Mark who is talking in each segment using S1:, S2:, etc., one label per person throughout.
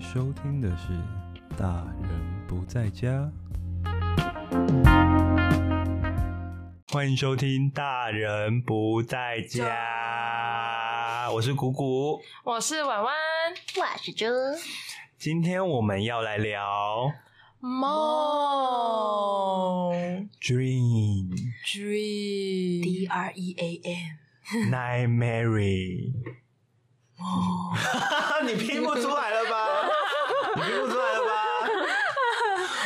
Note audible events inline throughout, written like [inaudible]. S1: 收听的是《大人不在家》，欢迎收听《大人不在家》，我是谷谷。
S2: 我是婉婉。
S3: 我是猪，
S1: 今天我们要来聊
S2: 梦
S1: dream
S2: dream
S3: D R E A M，
S1: nightmare。你 [laughs] 拼不出来了吧？你拼不出来了吧？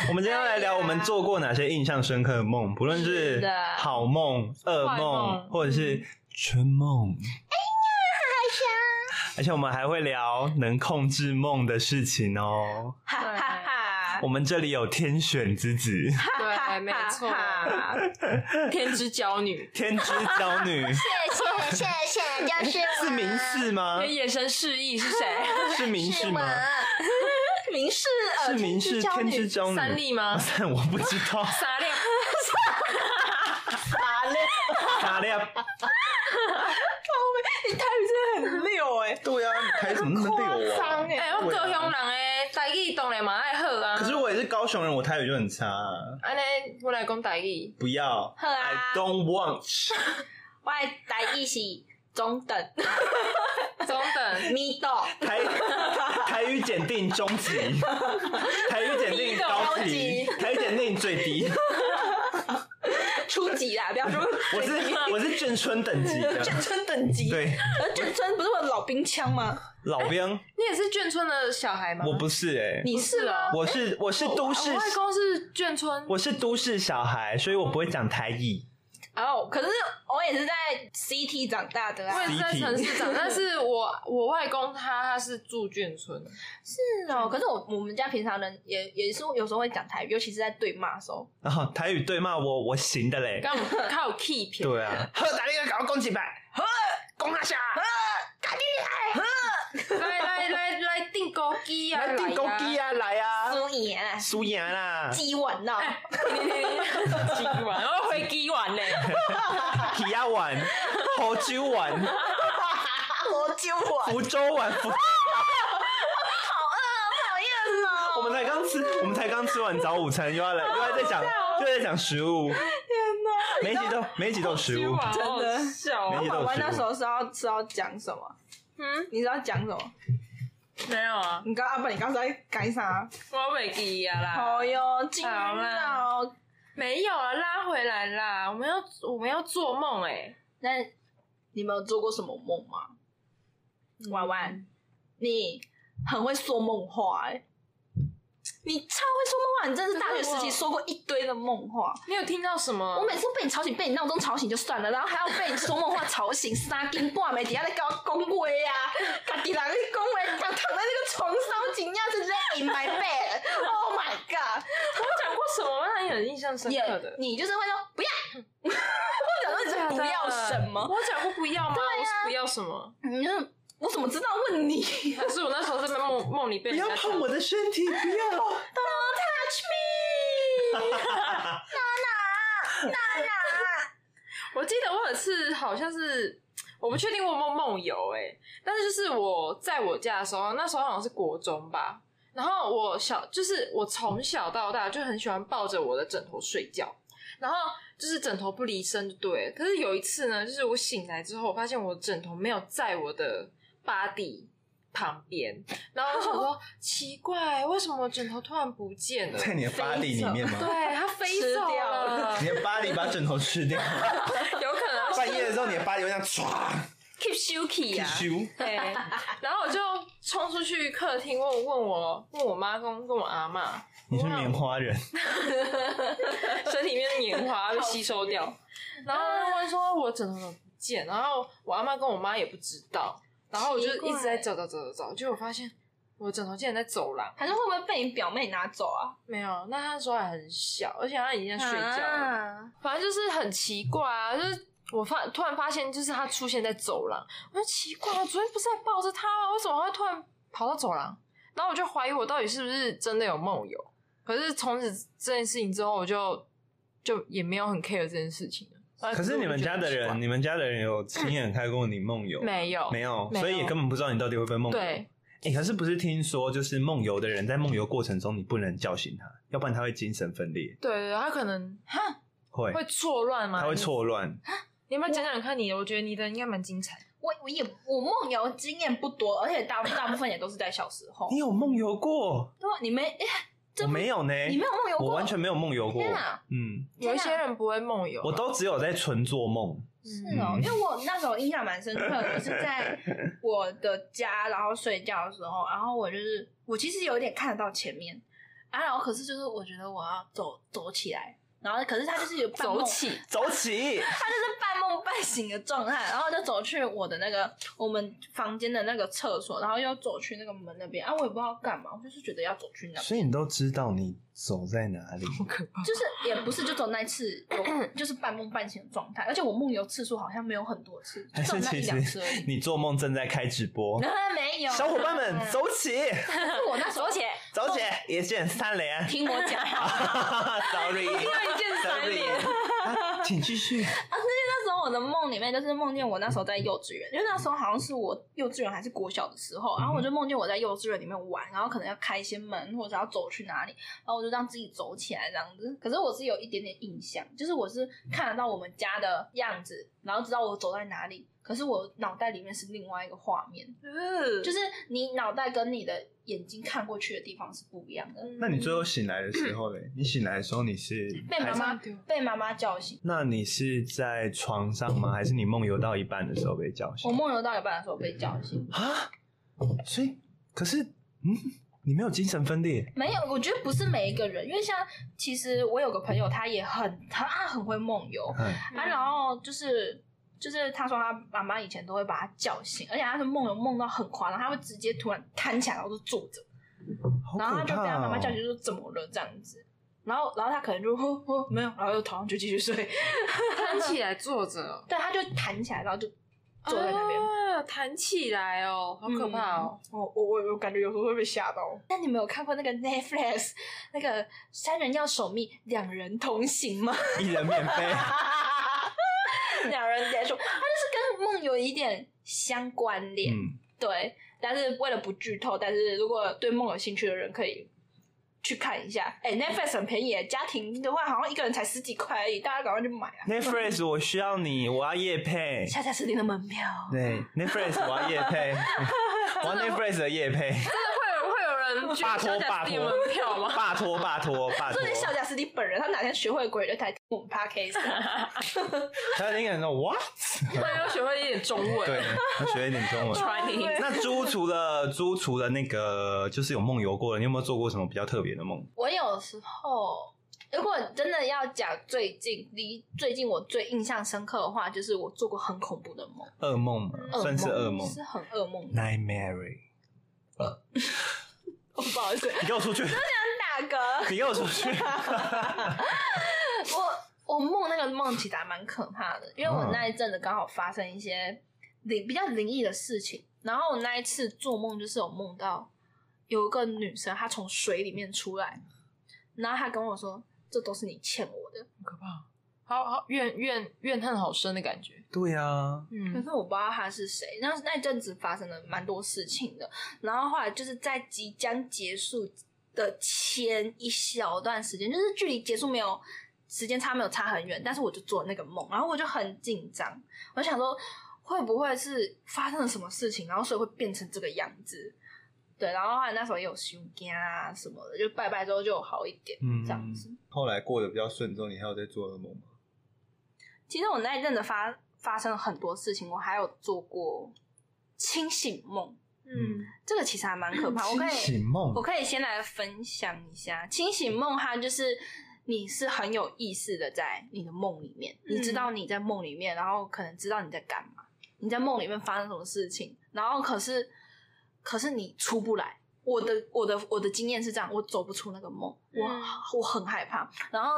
S1: 我们今天要来聊我们做过哪些印象深刻的梦，不论
S2: 是
S1: 是
S2: 的
S1: 好梦、噩
S2: 坏梦
S1: 梦，或者是春梦。哎呀，好香！而且我们还会聊能控制梦的事情哦。
S3: 哈哈哈
S1: 我，们这里有天选之子， [laughs]
S2: 对，没
S3: [laughs]
S2: 错，天之娇女，
S1: 天之娇女
S3: 谢谢谢谢，就是我
S1: 是明示吗
S2: 你的？眼神示意
S3: [laughs]
S2: 是谁？
S1: 是明示
S3: 是
S1: 吗？
S3: 我，明示
S1: 是明示天之娇女
S2: 三丽吗
S1: [laughs] 我不知道。
S2: 傻
S1: [laughs]
S2: 亮，
S3: 啊，那
S1: 打量，
S3: 你台语真的很溜哎、
S1: 对啊，你台怎么那么
S3: 夸
S1: 溜啊
S3: 张？哎、
S2: 哎，我高雄人诶，台语当然嘛爱好啊。
S1: 可是我也是高雄人，我台语就很差啊。
S2: 安尼，我来讲
S1: [laughs]
S2: 台语。
S1: 不要
S3: 好啊
S1: ，I don't want。
S3: 我的台语是中等，
S2: 中等，
S3: 米豆，
S1: 台台语检定中
S3: [laughs]
S1: 级，台语检定高级，台语检定最低。
S3: 初级啊啦，不要说
S1: 我是我是眷村等级的，
S3: 眷村等级。
S1: 对，
S3: 而眷村不是有老兵枪吗？
S1: 老兵，
S2: 你也是眷村的小孩吗？
S1: 我不是哎，
S3: 你
S2: 是
S3: 是吗？
S2: 啊，
S1: 我是我是都市
S3: 哦
S2: 我，外公是眷村。
S1: 我是都市小孩，所以我不会讲台语。
S3: 哦，可是我也是在 CT 长大的
S2: 我
S3: 啊
S2: 也。是在城市长，但是我我外公他他是住眷村，
S3: 是哦，可是我我们家平常人也也是有时候会讲台语，尤其是在对骂的时候。
S1: 然后台语对骂我，我行的嘞。
S2: 刚靠 keep
S1: 对啊，喝打那个搞攻击牌，喝攻他下，
S2: 来来来来订高机啊，
S1: 来订攻击
S2: 啊！
S1: 啊，来啊，
S3: 苏妍哎啊，哎
S1: 输赢
S3: [laughs]
S1: 啦，
S3: 鸡碗呐，
S2: 鸡碗，我回鸡碗嘞，
S1: 皮亚玩，河州
S3: [laughs]
S1: 玩，
S3: 我鸡碗， [laughs] 好饿，
S1: 福州玩，福。
S3: 讨厌哦。
S1: 我们才刚吃，我们才刚吃完早午餐，又要
S3: [laughs]
S1: 来，又要在讲，又在讲食物。天哪！每一集都每一集都有食物，
S3: 啊
S2: 真的笑啊
S1: 每一集都
S3: 婉
S1: 有
S3: 婉
S1: 食
S3: 那时
S1: 物。
S3: 候是要是要讲什么？
S2: 嗯，
S3: 你是要讲什么？
S2: 没有啊，
S3: 你刚阿爸，你刚才改啥？
S2: 我没记啊啦
S3: 哦，哟，惊到！
S2: 没有啊，拉回来啦，我们要我们要做梦哎，
S3: 那你们有做过什么梦吗？婉婉，你很会说梦话哎、你超会说梦话，你真的是大学时期说过一堆的梦话。
S2: 你有听到什么？
S3: 我每次被你吵醒，被你闹钟吵醒就算了，然后还要被你说梦话吵醒，撒金半没底下在搞恭维啊，家己人去恭维，躺躺在那个床上，紧要是在 in my bed，Oh Oh my god！
S2: 讲过什么让你很印象深
S3: 你
S2: 刻的？
S3: 你就是会说不要， [laughs] 我讲说你是不要什么，
S2: 我讲过不要吗？我是不要什么？
S3: 你就是我怎么知道问你嗯 touch
S2: 可是我那时候在梦梦里被
S1: 不
S2: 人
S1: 要
S2: 家
S1: 碰我的身体，不要。
S3: me？
S2: 我记得我有一次好像是我不确定我有没有梦游哎，但是就是我在我家的时候，那时候好像是国中吧。然后我小就是我从小到大就很喜欢抱着我的枕头睡觉，然后就是枕头不离身就对了。可是有一次呢，就是我醒来之后，我发现我的枕头没有在我的 body 旁边，然后我想
S3: [laughs]
S2: 说奇怪，为什么我枕头突然不见了？
S1: 在你的巴黎里面吗？
S2: 对，它飞
S3: 吃
S2: 走
S3: 掉
S2: 了
S3: 了，
S1: 你的巴黎把枕头吃
S3: [laughs]
S1: 掉，
S2: [laughs] 有可能
S1: 半夜的时候你的巴黎会这样唰
S2: keep shuki
S1: 一
S2: 呀、
S1: 咻。
S2: 对，然后我就冲出去客厅问问我问我妈跟跟我阿妈，
S1: 你是棉花人，
S2: 身体里面的棉花被吸收掉，然后就问说我枕头怎么不见，然后我阿妈跟我妈也不知道，然后我就一直在找找找找找，结果发现我枕头竟然在走廊，
S3: 还是会不会被你表妹拿走啊？
S2: 没有，那她那时候还很小，而且她已经在睡觉了，
S3: 啊
S2: 反正就是很奇怪啊，就是我发突然发现，就是他出现在走廊，我说奇怪，我昨天不是在抱着他啊吗？为什么他会突然跑到走廊？然后我就怀疑我到底是不是真的有梦游。可是从此这件事情之后，我就就也没有很 care 这件事情了。
S1: 可是你们家的
S2: 啊我就觉得很
S1: 人，
S2: 奇
S1: 你们家的人有亲眼看过你梦游
S2: 怪？没有，
S1: 没有，
S2: 没有
S1: 所以也根本不知道你到底会不会梦游。
S2: 对，
S1: 哎、可是不是听说就是梦游的人在梦游过程中你不能叫醒他，要不然他会精神分裂，
S2: 对，他可能
S1: 会
S2: 会错乱嘛，
S1: 他会
S2: 你。
S1: 错乱。
S2: 你要不要讲讲看你的？我觉得你的应该蛮精彩。
S3: 我我也我梦游经验不多，而且大大部分也都是在小时候
S1: 你。有梦游过？
S3: 对啊，你没，哎这
S1: 我
S3: 不
S1: 没有呢，
S3: 你没有梦游过？
S1: 我完全没有梦游过
S3: 天哪。
S1: 嗯，
S3: 啊
S2: 有一些人不会梦游嘛，啊
S1: 我都
S3: 哦
S1: 只有在纯做梦。
S2: 嗯
S3: 是哦，
S1: 嗯
S3: 因为我那时候印象蛮深刻的，我是在我的家，然后睡觉的时候，然后我就是我其实有点看得到前面，啊，然后可是就是我觉得我要走走起来，然后可是他就是有半
S2: 走
S3: 梦，
S2: 起，
S1: 走起！
S3: 他就是半梦半醒的状态，然后就走去我的那个我们房间的那个厕所，然后又走去那个门那边，啊，我也不知道干嘛，我就是觉得要走去那边，
S1: 所以你都知道你走在哪里，
S2: 好可怕。
S3: 就是啊 [coughs] 也不是就走那一次 [coughs] 有就是半梦半醒的状态，而且我梦游次数好像没有很多次，
S1: 还
S3: 就走
S1: 是
S3: 那
S1: 其
S3: 一两次而
S1: 实
S3: 已。
S1: 你做梦正在开直播？
S3: 那 [laughs] 没有，啊
S1: 小伙伴们，走起，
S3: [laughs] 是我那时候
S4: 走起，
S1: 走起！一键三连
S3: 听我 [laughs] 讲好，
S1: ，sorry，
S2: 一键
S1: [laughs]
S2: 三连
S1: 啊请继
S3: [laughs]
S1: 续。
S3: 那时候我的梦里面就是梦见我那时候在幼稚园，因为那时候好像是我幼稚园还是国小的时候，然后我就梦见我在幼稚园里面玩，然后可能要开一些门或者要走去哪里，然后我就让自己走起来这样子。可是我是有一点点印象，就是我是看得到我们家的样子，然后知道我走在哪里，可是我脑袋里面是另外一个画面，
S2: 嗯，
S3: 就是你脑袋跟你的眼睛看过去的地方是不一样的。
S1: 那你最后醒来的时候
S3: 嗯
S1: 嘞？你醒来的时候你是
S3: 被哎妈
S1: 还是
S3: 妈
S2: 丢
S3: 被妈妈叫醒，
S1: 那你是在床上
S3: [laughs]
S1: 吗？还是你梦游到一半的时候被叫醒
S3: 我？梦游到一半的时候被叫醒。
S1: 啊，所以可是嗯，你没有精神分裂，
S3: 没有，我觉得不是每一个人，因为像其实我有个朋友，他也很他他很会梦游，
S1: 嗯，
S3: 啊，然后就是就是他说他妈妈以前都会把他叫醒，而且他是梦游梦到很夸张，他会直接突然弹起来，然后就坐着，
S1: 好可
S3: 然后他就被他妈妈
S1: 怕
S3: 叫
S1: 哦
S3: 醒，就说怎么了这样子，然后然后他可能就呵呵没有，然后又头上就继续睡，
S2: 弹起来坐着，
S3: 对，他就弹起来，然后就坐在那边。
S2: 啊，弹起来哦，好可怕哦！
S3: 嗯！我我我我感觉有时候会被吓到。那你们有看过那个 Netflix 那个三人要守密，两人同行吗？
S1: 一人免
S3: [laughs]
S1: 费。
S3: 两人结束，它就是跟梦有一点相关联，
S1: 嗯，
S3: 对。但是为了不剧透，但是如果对梦有兴趣的人可以去看一下。哎、n e t f l i x 很便宜耶，家庭的话好像一个人才十几块而已，大家赶快去买啊！
S1: 那 phrase 我需要你，我要夜配。
S3: [laughs] 下架设定的门票，
S1: 对，那 phrase 我要夜
S3: [laughs]
S1: 配，我要那 phrase 的夜配，
S2: 会
S3: 嗯
S2: 有会有人去
S1: 拜托拜
S2: 小贾斯汀
S1: 托
S2: 门票
S1: [laughs]
S2: 吗？
S1: 拜托拜托拜托
S3: 这。是下架斯蒂本人，他哪天学会鬼人 [laughs] 台听我们 podcast，
S1: 他那个人说 what？
S2: 他要学会一点中文。
S1: 对，他学一点中文。
S4: 传你。
S1: [laughs] 那猪除了猪除了那个就是有梦游过的，你有没有做过什么比较特别的梦？
S3: 我有时候。如果真的要讲最近离最近我最印象深刻的话，就是我做过很恐怖的梦，
S1: 噩梦吗？
S3: 噩
S1: 算是噩梦
S3: 是很噩梦。
S1: ，nightmare。
S3: 哦，不好意思，
S1: 你给我出去！
S3: 大哥，
S1: 你给我出去！
S3: [laughs] 我我梦那个梦其实还蛮可怕的，因为我那一阵子刚好发生一些灵比较灵异的事情，然后我那一次做梦就是有梦到有一个女生她从水里面出来，然后她跟我说这都是你欠我的，
S2: 可怕，哦好好怨怨怨恨好深的感觉。
S1: [laughs] 对啊，
S3: 可
S2: 嗯，
S3: 是我不知道她是谁。那那一阵子发生了蛮多事情的，然后后来就是在即将结束的前一小段时间，就是距离结束没有时间差没有差很远，但是我就做那个梦，然后我就很紧张，我想说会不会是发生了什么事情，然后所以会变成这个样子。对，然后后来那时候也有胸肝啊什么的，就拜拜之后就有好一点，
S1: 嗯
S3: 这样子。
S1: 后来过得比较顺之后，你还有在做噩梦吗？
S3: 其实我那一阵子发发生了很多事情，我还有做过清醒梦，
S1: 嗯，
S3: 这个其实还蛮可
S2: [laughs]
S3: 怕。我可以
S1: 醒梦
S3: 我可以先来分享一下清醒梦，它就是你是很有意识的在你的梦里面，
S2: 嗯
S3: 你知道你在梦里面，然后可能知道你在干嘛，你在梦里面发生什么事情，然后可是可是你出不来。我的我的我的经验是这样，我走不出那个梦，我、
S2: 嗯
S3: 我很害怕。然后，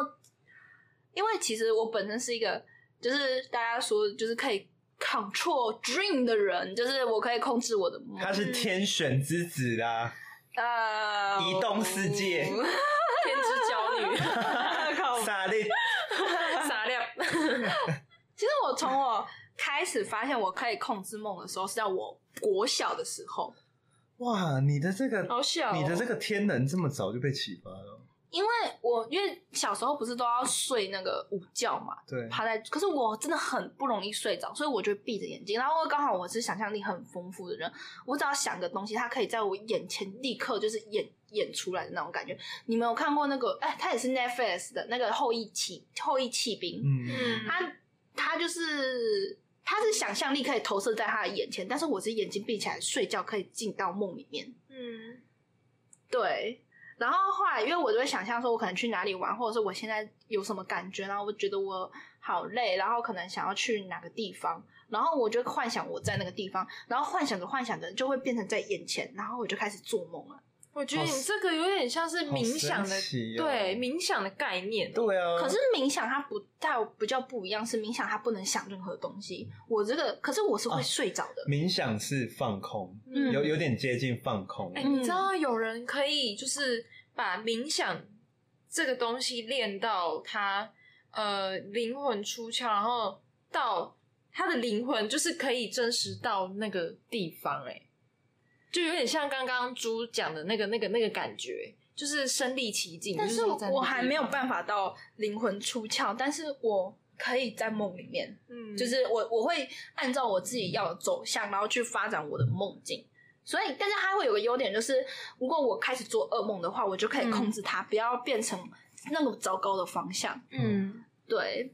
S3: 因为其实我本身是一个，就是大家说就是可以 control dream 的人，就是我可以嗯控制我的梦。
S1: 他是天选之子啦，
S3: 呃，嗯
S1: 移动世界
S2: 天之
S3: [laughs]
S2: 娇女，
S3: 哦
S1: 萨利
S2: [laughs] 傻亮。
S3: 其实我从我开始发现我可以控制梦的时候，是在我国小的时候。
S1: [laughs] 哇，你的这个，
S2: 好
S3: 哦
S2: 小、哦
S1: 你的这个天能这么早就被启发了，
S3: 因为我因为小时候不是都要睡那个午觉嘛，
S1: 对，
S3: 趴在，可是我真的很不容易睡着，所以我就闭着眼睛。然后刚好我是想象力很丰富的人，我只要想个东西，它可以在我眼前立刻就是演演出来的那种感觉。你们有看过那个？ [laughs] 哎、它也是 Netflix 的那个《后羿骑后羿骑兵》
S1: 嗯，
S3: 他他就是他是想象力可以投射在他的眼前，但是我是眼睛闭起来睡觉，可以进到梦里面。
S2: 嗯，
S3: 对。然后后来，因为我就会想象说，我可能去哪里玩，或者是我现在有什么感觉，然后我觉得我好累，然后可能想要去哪个地方，然后我就幻想我在那个地方，然后幻想着幻想着就会变成在眼前，然后我就开始做梦了。
S2: 我觉得你这个有点像是
S1: 好
S2: 冥想的，
S1: 神奇哦
S2: 对冥想的概念。
S1: 对啊，
S3: 可是冥想它不太比较不一样，是冥想它不能想任何东西。我这个可是我是会
S2: 哦
S1: 啊
S3: 睡着的，
S1: 冥想是放空，
S3: 嗯
S1: 有有点接近放空
S2: 哎、，
S3: 嗯
S2: 你知道有人可以就是把冥想这个东西练到他呃灵魂出窍，然后到他的灵魂就是可以真实到那个地方、哎，就有点像刚刚猪讲的那个那个那个感觉，就是身临其境。
S3: 但
S2: 就是是在那个
S3: 我还没有
S2: 地方
S3: 办，法到灵魂出窍，但是我可以在梦里面。
S2: 嗯，
S3: 就是我我会按照我自己要的走向，然后去发展我的梦境。所以，但是它会有个优点，就是如果我开始做噩梦的话，我就可以控制它，不要变成那个糟糕的方向。
S2: 嗯，
S3: 对，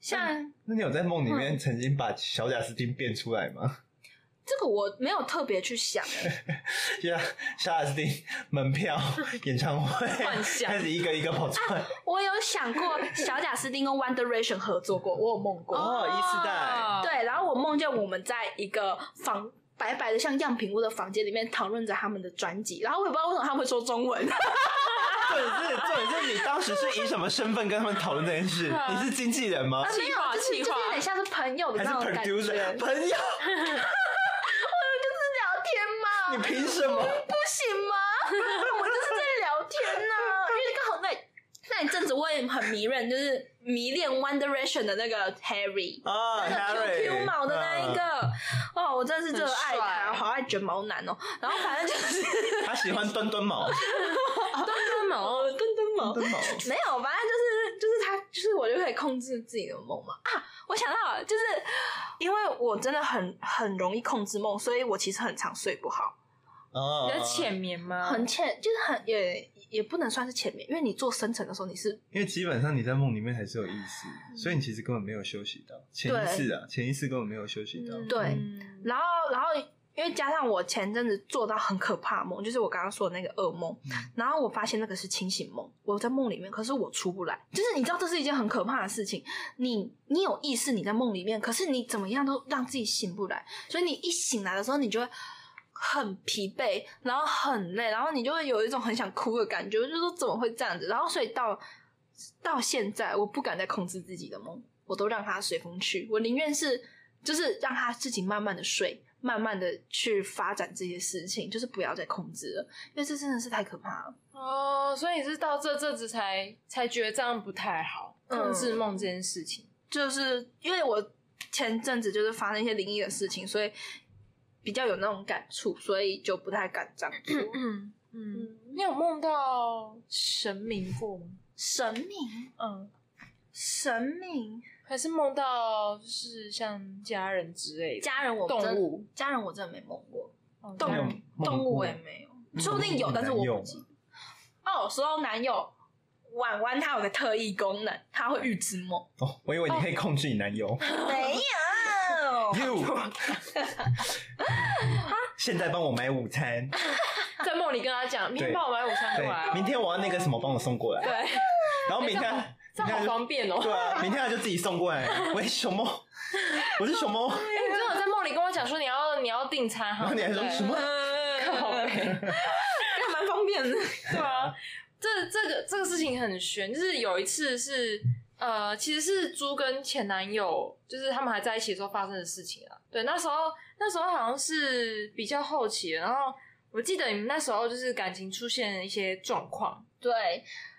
S3: 像、
S1: 那你有在梦里面曾经把小贾斯汀变出来吗？ [laughs]
S3: 这个我没有特别去想、欸，
S1: 就像小贾斯汀门
S3: [laughs]
S1: 票、演唱会
S2: 幻，想
S1: [laughs] 开始一个一个跑出来，
S3: 我有想过小贾斯汀跟 One Direction 合作过，我有梦过。
S1: 哦一世代
S3: 对，然后我梦见我们在一个房白白的像样品屋的房间里面讨论着他们的专辑，然后我也不知道为什么他们会说中文。
S1: 重点是重点是你当时是以什么身份跟他们讨论这件
S3: [laughs]
S1: 事？
S2: 啊
S1: 你是经纪人吗
S3: 啊？没有，
S2: 气话
S3: 就是
S2: 气
S3: 就是有
S2: 话
S3: 点像是朋友的
S1: 还是
S3: 那种感觉，就是
S1: producer
S3: 聊
S1: 朋友？
S3: 天
S1: 你
S3: 嘛，
S1: 凭什么？
S3: 不行吗？
S1: [laughs]
S3: 我就是在聊天呐、因为刚好那那一阵子我也很迷恋，就是迷恋 One Direction 的那个 Harry。
S1: 啊
S3: [laughs] 那个
S1: ，Harry 嗯
S3: QQ 毛的那一个，，哦，我真的是热爱他，
S2: 很帅
S3: 好爱卷毛男哦。然后反正就是
S1: 嗯他喜欢蹲蹲
S3: [laughs]
S1: 毛，
S2: 都是毛，
S3: 哦，墩墩毛，
S1: 蹲毛。
S3: 没有，反正就是就是他，就是我就可以控制自己的梦嘛。啊，我想到了，就是因为我真的很很容易控制梦，所以我其实很常睡不好，
S1: 哦
S2: 你在浅眠吗？
S3: 很浅，就是很也也不能算是浅眠，因为你做深层的时候你是
S1: 因为基本上你在梦里面还是有意识，所以你其实根本没有休息到潜意识啊，潜意识根本没有休息到。
S2: 嗯
S3: 对然后，然后因为加上我前阵子做到很可怕的梦，就是我刚刚说的那个噩梦，
S1: 嗯
S3: 然后我发现那个是清醒梦，我在梦里面，可是我出不来。就是你知道这是一件很可怕的事情，你你有意识你在梦里面，可是你怎么样都让自己醒不来，所以你一醒来的时候，你就会。很疲惫，然后很累，然后你就会有一种很想哭的感觉，就是说怎么会这样子？然后所以到到现在，我不敢再控制自己的梦，我都让它随风去，我宁愿是就是让他自己慢慢的睡，慢慢的去发展这些事情，就是不要再控制了，因为这真的是太可怕了。
S2: 哦，所以你是到这阵子才才觉得这样不太好，
S3: 嗯
S2: 控制梦这件事情。
S3: 就是因为我前阵子就是发生一些灵异的事情，所以比较有那种感触，所以就不太敢这样做。
S2: 嗯嗯，你有梦到神明过吗？
S3: 神明，
S2: 嗯，
S3: 神明，
S2: 还是梦到就是像家人之类的
S3: 家人我真
S2: 动物，
S3: 家人我真的没梦过，
S2: 哦
S3: 动
S2: 家人
S3: 物
S1: 没有
S3: 动物
S1: 梦过
S3: 我也没有，说不定有，
S1: 你
S3: 但是
S1: 男
S3: 我
S1: 友
S3: 不记得。哦，说到男友，婉婉她有个特异功能，她会预知梦。
S1: 哦，我以为你可以控制你男友。
S3: 没
S2: 哦
S1: [laughs]
S3: 有
S1: You，现在帮我买午餐，
S2: 在梦里跟他讲，明天帮我买午餐过来
S1: 对，
S2: 哦。
S1: 明天我要那个什么，帮我送过来。
S2: 对，
S1: 然后明
S2: 这
S1: 天
S2: 样好，哎这样好方便哦。
S1: 对啊，明天他就自己送过来。喂，熊猫，我
S2: [laughs]
S1: 是熊猫。
S2: 哎，你真的在梦里跟我讲说你要你要订餐哈，
S1: 然后你还说
S2: 对不对
S1: 什么
S2: 靠北
S3: 还 [laughs] 蛮方便的。
S2: 对
S3: [laughs]
S2: 啊，这这个这个事情很悬，就是有一次是呃，其实是猪跟前男友，就是他们还在一起的时候发生的事情啊。对，那时候那时候好像是比较后期的，然后我记得你们那时候就是感情出现一些状况，
S3: 对，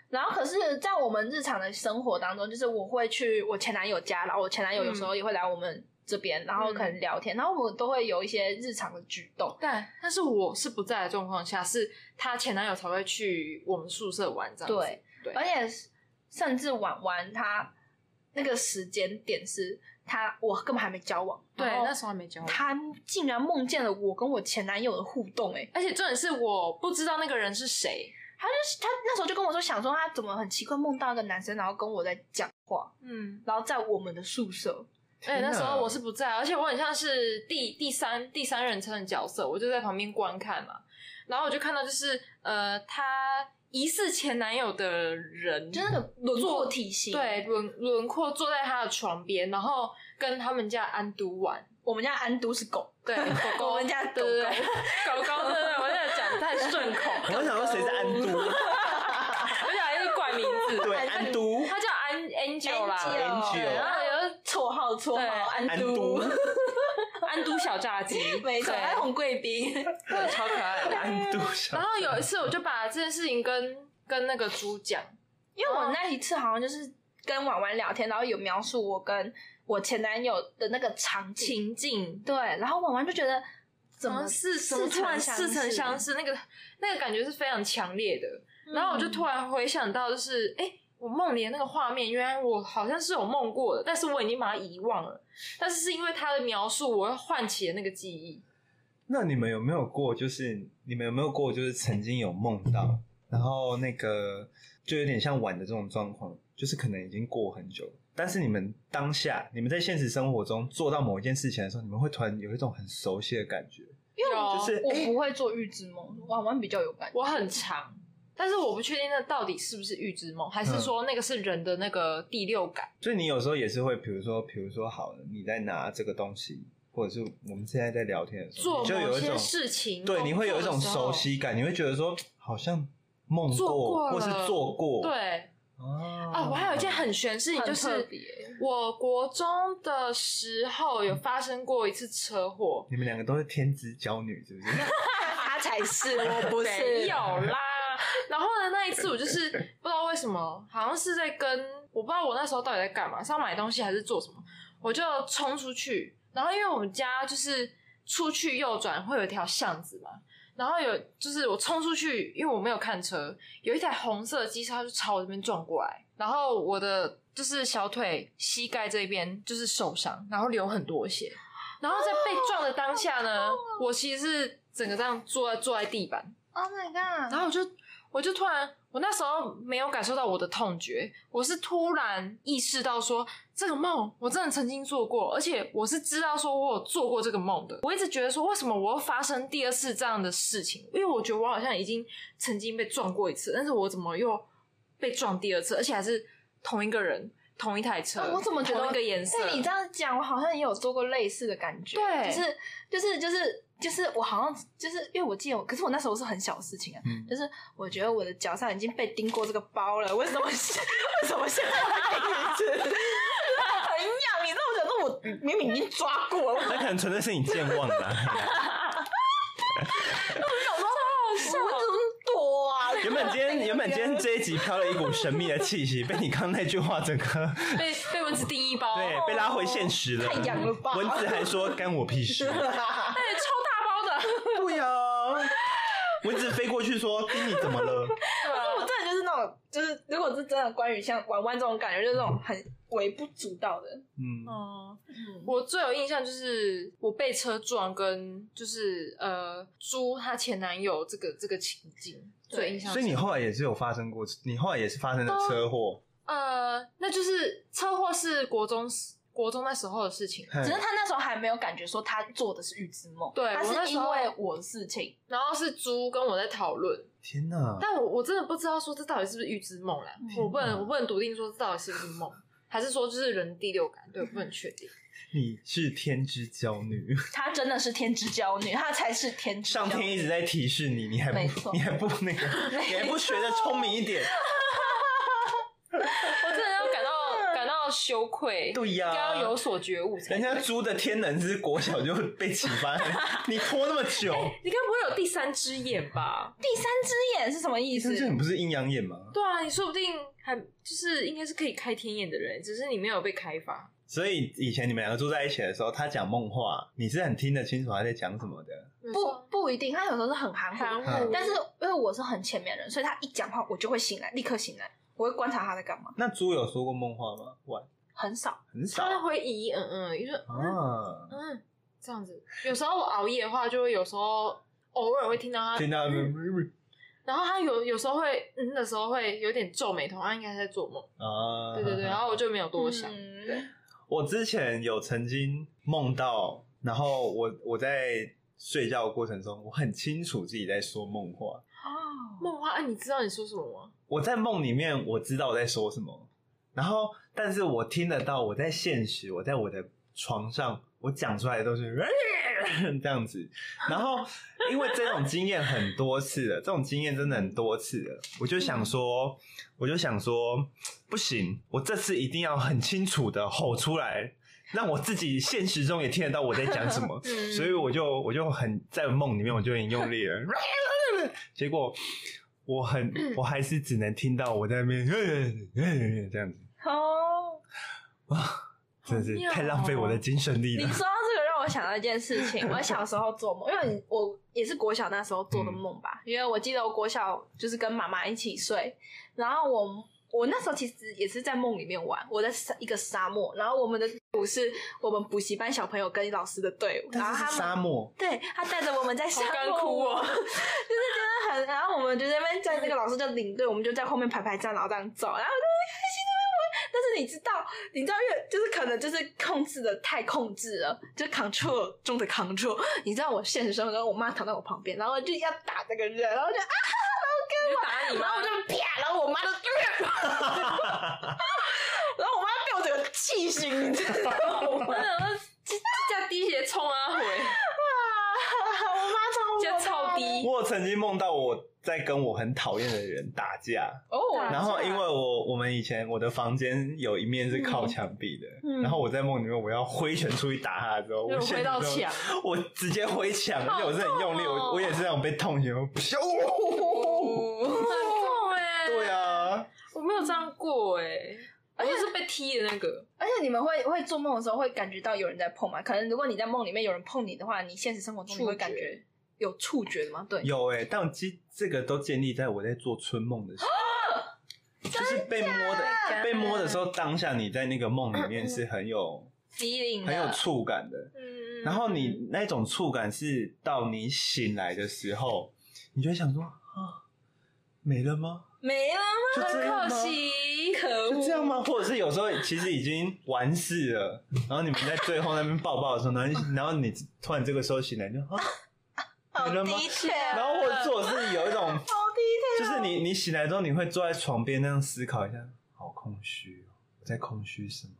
S3: 然后可是，在我们日常的生活当中，就是我会去我前男友家，然后我前男友有时候也会来我们这边，然后可能聊天，然后我们都会有一些日常的举动。
S2: 但但是我是不在的状况下，是她前男友才会去我们宿舍玩这样子。
S3: 对，
S2: 对
S3: 而且是甚至晚玩他那个时间点是他我根本还没交往，
S2: 对，
S3: 然后
S2: 那时候还没交往。
S3: 他竟然梦见了我跟我前男友的互动、欸，哎，
S2: 而且重点是我不知道那个人是谁。
S3: 他就是他那时候就跟我说，想说他怎么很奇怪梦到一个男生，然后跟我在讲话，
S2: 嗯，
S3: 然后在我们的宿舍，
S2: 而且哎那时
S1: 天哪
S2: 候我是不在，而且我很像是第第三第三人称的角色，我就在旁边观看嘛。然后我就看到就是呃，她疑似前男友的人，
S3: 就那个轮廓体型，
S2: 对，轮轮廓坐在他的床边，然后跟他们家安都玩。
S3: 我们家安都是狗， [laughs]
S2: 对，狗狗，
S3: 我们家的狗
S2: 对
S3: 狗
S2: 对对，狗狗，对对，我现在讲太顺
S3: [laughs]
S2: 口，
S1: 我在想说谁是安都？
S2: [laughs] 而且还是怪名字，
S1: 对，安都，
S2: 他叫安 Angel 啦
S3: Angel
S2: 对然后有
S3: 绰号绰
S2: 对
S3: 号安
S1: 安
S3: 都
S1: 都，，
S2: 安都小炸鸡，
S3: [laughs] 没错，
S2: 对
S3: 还有红贵宾，
S2: 对，超可爱 [laughs]
S3: [laughs]
S2: 的。
S1: 安都小
S2: 然后有一次，我就把这件事情跟跟那个猪讲，
S3: 因为
S2: 哦
S3: 我那一次好像就是跟婉婉聊天，然后有描述我跟我前男友的那个场景，
S2: 情境
S3: 对，然后婉婉就觉得怎
S2: 好像
S3: 么
S2: 哦是
S3: 似
S2: 怎嗯么突然
S3: 曾
S2: 似曾相
S3: 相
S2: 识，那个那个感觉是非常强烈的。
S3: 嗯
S2: 然后我就突然回想到，就是哎、诶我梦里的那个画面，原来我好像是有梦过的，但是我已经把它遗忘了。但是是因为他的描述，我又唤起了那个记忆。
S1: 那你们有没有过，就是你们有没有过，就是曾经有梦到，然后那个就有点像晚的这种状况，就是可能已经过很久了，但是你们当下你们在现实生活中做到某一件事情的时候，你们会突然有一种很熟悉的感觉，
S3: 因为我
S2: 有
S1: 就是
S3: 我
S1: 哎
S3: 不会做预知梦，婉婉比较有感觉。
S2: 我很长，但是我不确定那到底是不是预知梦，还
S1: 嗯
S2: 是说那个是人的那个第六感。
S1: 所以你有时候也是会，比如说，比如说，好了，你在拿这个东西，或者是我们现在在聊天的时候，
S2: 做
S1: 你就有
S2: 某
S1: 一
S2: 些
S1: 种
S2: 事情，
S1: 对，你会有一种
S2: 工作的时候
S1: 熟。悉感，你会觉得说好像梦
S2: 做过
S1: 或是
S2: 了
S1: 做过，
S2: 对
S1: 哦
S2: 啊，我还有一件很玄的事情，
S3: 很
S2: 就是
S3: 特别
S2: 我国中的时候有发生过一次车祸，
S1: 你们两个都是天之娇女，是不 [laughs] 是？
S3: 他才是， [laughs] 我哦不
S2: 没有啦。然后呢，那一次我
S3: [laughs]
S2: 就是不知道为什么，好像是在跟我不知道我那时候到底在干嘛，是要买东西还是做什么，我就冲出去。然后因为我们家就是出去右转会有一条巷子嘛，然后有就是我冲出去，因为我没有看车，有一台红色的机车它就朝我这边撞过来，然后我的就是小腿膝盖这边就是受伤，然后流很多血。然后在被撞的当下
S3: 哦
S2: 呢，
S3: 啊
S2: 我其实是整个这样坐在坐在地板，
S3: Oh my god！
S2: 然后我就我就突然，我那时候没有感受到我的痛觉，我是突然意识到说这个梦我真的曾经做过，而且我是知道说我有做过这个梦的。我一直觉得说为什么我又发生第二次这样的事情，因为我觉得我好像已经曾经被撞过一次，但是我怎么又被撞第二次，而且还是同一个人、同一台车，
S3: 啊我怎么觉得哎
S2: 同一个颜色？
S3: 被你这样讲，我好像也有做过类似的感觉，
S2: 对
S3: 就是就是就是就是我好像就是因为我记得我，可是我那时候是很小的事情啊，
S1: 嗯
S3: 就是我觉得我的脚上已经被钉过这个包了，为什么是为什么现在还可以吃？ [laughs] 很痒，你知道我想说我明明已经抓过了，我
S1: 那可能纯粹是你健忘啦。哎
S3: 我怎么躲啊？ [laughs]
S1: 原本今天原本今天这一集飘了一股神秘的气息，被你刚那句话整个
S2: 被被蚊子叮一包，
S1: 对被拉回现实了。
S3: 哦太痒了吧
S1: 蚊子还说干我屁
S3: [laughs]
S1: 事，
S3: 啊
S2: 哎超大包的，
S1: 不要。蚊子飞过去说：“丁，你怎么
S3: [laughs]
S1: 了
S2: [laughs] 嗯
S3: 我真的就是那种，就是如果是真的关于像玩玩这种感觉，就是那种很微不足道的。？”
S1: 嗯，
S2: 哦，
S3: 嗯，
S2: 我最有印象就是我被车撞，跟就是呃猪她前男友这个这个情境
S3: 对
S2: 最印象
S1: 所
S2: 深刻。
S1: 以你后来也是有发生过，你后来也是发生了
S3: 哦
S1: 车祸，
S2: 呃，那就是车祸是国中时国中那时候的事情，
S1: 嘿
S3: 只是他那时候还没有感觉说他做的是预知梦，
S2: 对
S3: 他
S2: 我那
S3: 是
S2: 时
S3: 因
S2: 候
S3: 为我的事情，
S2: 然后是猪跟我在讨论，
S1: 天哪！
S2: 但我我真的不知道说这到底是不是预知梦啦，我不
S1: 嗯
S2: 能我不能笃定说这到底是不是梦，还是说就是人第六感，对，我不能确定。
S1: 你是天之娇
S3: [laughs]
S1: 女，
S3: 他真的是天之娇女，他才是天之娇
S1: 上
S3: 女。
S1: 天一直在提示你，你还
S3: [laughs] 没
S1: 不
S3: 错
S1: 你还不那个，你还不学的聪明一点？
S2: [laughs] 我真的要感 [laughs] 到感到羞愧，
S1: 对啊呀
S2: 应该要有所觉悟才
S1: 人
S2: 对。
S1: 家猪的天能是国小就被启发，你拖那么
S2: [laughs]
S1: 久，
S2: 你该不会有第三只眼吧？
S3: 第三只眼是什么意思
S1: 但？这很不是阴阳眼吗？
S2: 对啊，你说不定还就是应该是可以开天眼的人，只是你没有被开发。
S1: 所以以前你们两个住在一起的时候，他讲梦话，你是很听得清楚他在讲什么的。
S3: 不不一定，他有时候是很含糊，
S2: 含
S1: 嗯
S2: 糊，
S3: 但是因为我是很前面的人，所以他一讲话我就会醒来，立刻醒来，我会观察他在干嘛，
S1: 那猪有说过梦话吗？晚
S3: 很少。
S1: 很少
S2: 他会咦咦嗯嗯，就说嗯
S1: 啊，
S2: 嗯这样子。有时候我熬夜的话，就会有时候偶尔会听到他
S1: 听到
S2: 嗯然后他有有时候会嗯的时候会有点皱眉头，他应该是在做梦。
S1: 啊，
S2: 对对对，然后我就没有多想。
S3: 嗯，
S1: 我之前有曾经梦到，然后我我在睡觉的过程中，我很清楚自己在说梦话。
S3: 哦，
S2: 梦话，啊，你知道你说什么吗？
S1: 我在梦里面我知道我在说什么，然后但是我听得到我在现实，我在我的床上，我讲出来的都是这样子。然后因为这种经验很多次了，这种经验真的很多次了，我就想说，我就想说，不行，我这次一定要很清楚的吼出来。让我自己现实中也听得到我在讲什
S3: [laughs]
S1: 么，
S3: 嗯
S1: 所以我就我就很在梦里面我就很用力了， [laughs] 结果我很，
S3: 嗯
S1: 我还是只能听到我在那边 [laughs] 这样子，
S3: 哦，
S1: 真的
S2: 好
S1: 是
S2: 妙哦
S1: 太浪费我的精神力
S3: 你
S1: 了。
S3: 说到这个让我想到一件事情，我小时候做梦，因为我也是国小那时候做的
S1: 嗯
S3: 梦吧，因为我记得我国小就是跟妈妈一起睡，然后我。我那时候其实也是在梦里面玩，我在沙一个沙漠，然后我们的队伍是我们补习班小朋友跟老师的队伍，然后
S1: 但是
S3: 啊他
S1: 是
S3: 们
S1: 沙漠，
S3: 对他带着我们在沙
S2: 好干
S3: 漠
S2: 枯哦
S3: 就是真的很，然后我们就在那边在那个老师就领队，我们就在后面排排站，然后这样走，然后我就很开心的在那边玩。但是你知道，你知道越就是可能就是控制的太控制了，就 control 中的 control。你知道我现实生活中，我妈躺在我旁边，然后就要打这个人，然后就啊，
S2: 你就打你
S3: 然后
S2: 妈
S3: 我就啪，哦然后我妈
S2: [laughs]
S3: 就，然后我妈被我整个气醒，你知道吗？
S2: [laughs] 我想说这这架滴血冲啊回， [laughs]
S3: 我妈超火
S1: 哦
S2: 这
S3: 大
S2: 超低，
S1: 我有曾经梦到我在跟我很讨厌的人打架，
S3: 哦，
S1: 然后因为我我们以前我的房间有一面是靠墙壁的，
S3: 嗯
S1: 然后我在梦里面我要挥拳出去打他的时候，
S2: 就
S1: 我
S2: 回到
S1: 现实中
S2: 墙，
S1: 我直接挥墙，而且我是很用力，
S2: 好痛哦
S1: 我我也是那种被痛醒，我 [laughs]
S2: 很
S3: 哦
S2: 痛哎。
S1: 对，啊，
S2: 我没有这样过哎，而
S3: 而且
S2: 且是被踢的那个。
S3: 而且你们会会做梦的时候会感觉到有人在碰吗？可能如果你在梦里面有人碰你的话，你现实生活中你会感觉有触觉的吗？对，
S1: 有哎、但我记这个都建立在我在做春梦的时候，就是被摸的
S3: 假
S1: 被摸的时候，当下你在那个梦里面是很有
S3: feeling 的
S1: 很有触感的，
S2: 嗯
S1: 然后你那种触感是到你醒来的时候，你就会想说啊，没了吗？
S3: 没了吗？
S1: 就这
S2: 很
S1: 样
S2: 可
S1: 吗？
S2: 惜，可
S1: 就这样吗？或嗯者是有时候其实已经完事了，然后你们在最后那边抱抱的时候，然后你然后你突然这个时候醒来就啊，没了吗？
S3: 确
S2: 哎
S1: 然后或者是我是有一种
S2: 啊
S3: 好低
S1: 就是你你醒来之后，你会坐在床边那样思考一下，好空虚哦，我在空虚什么？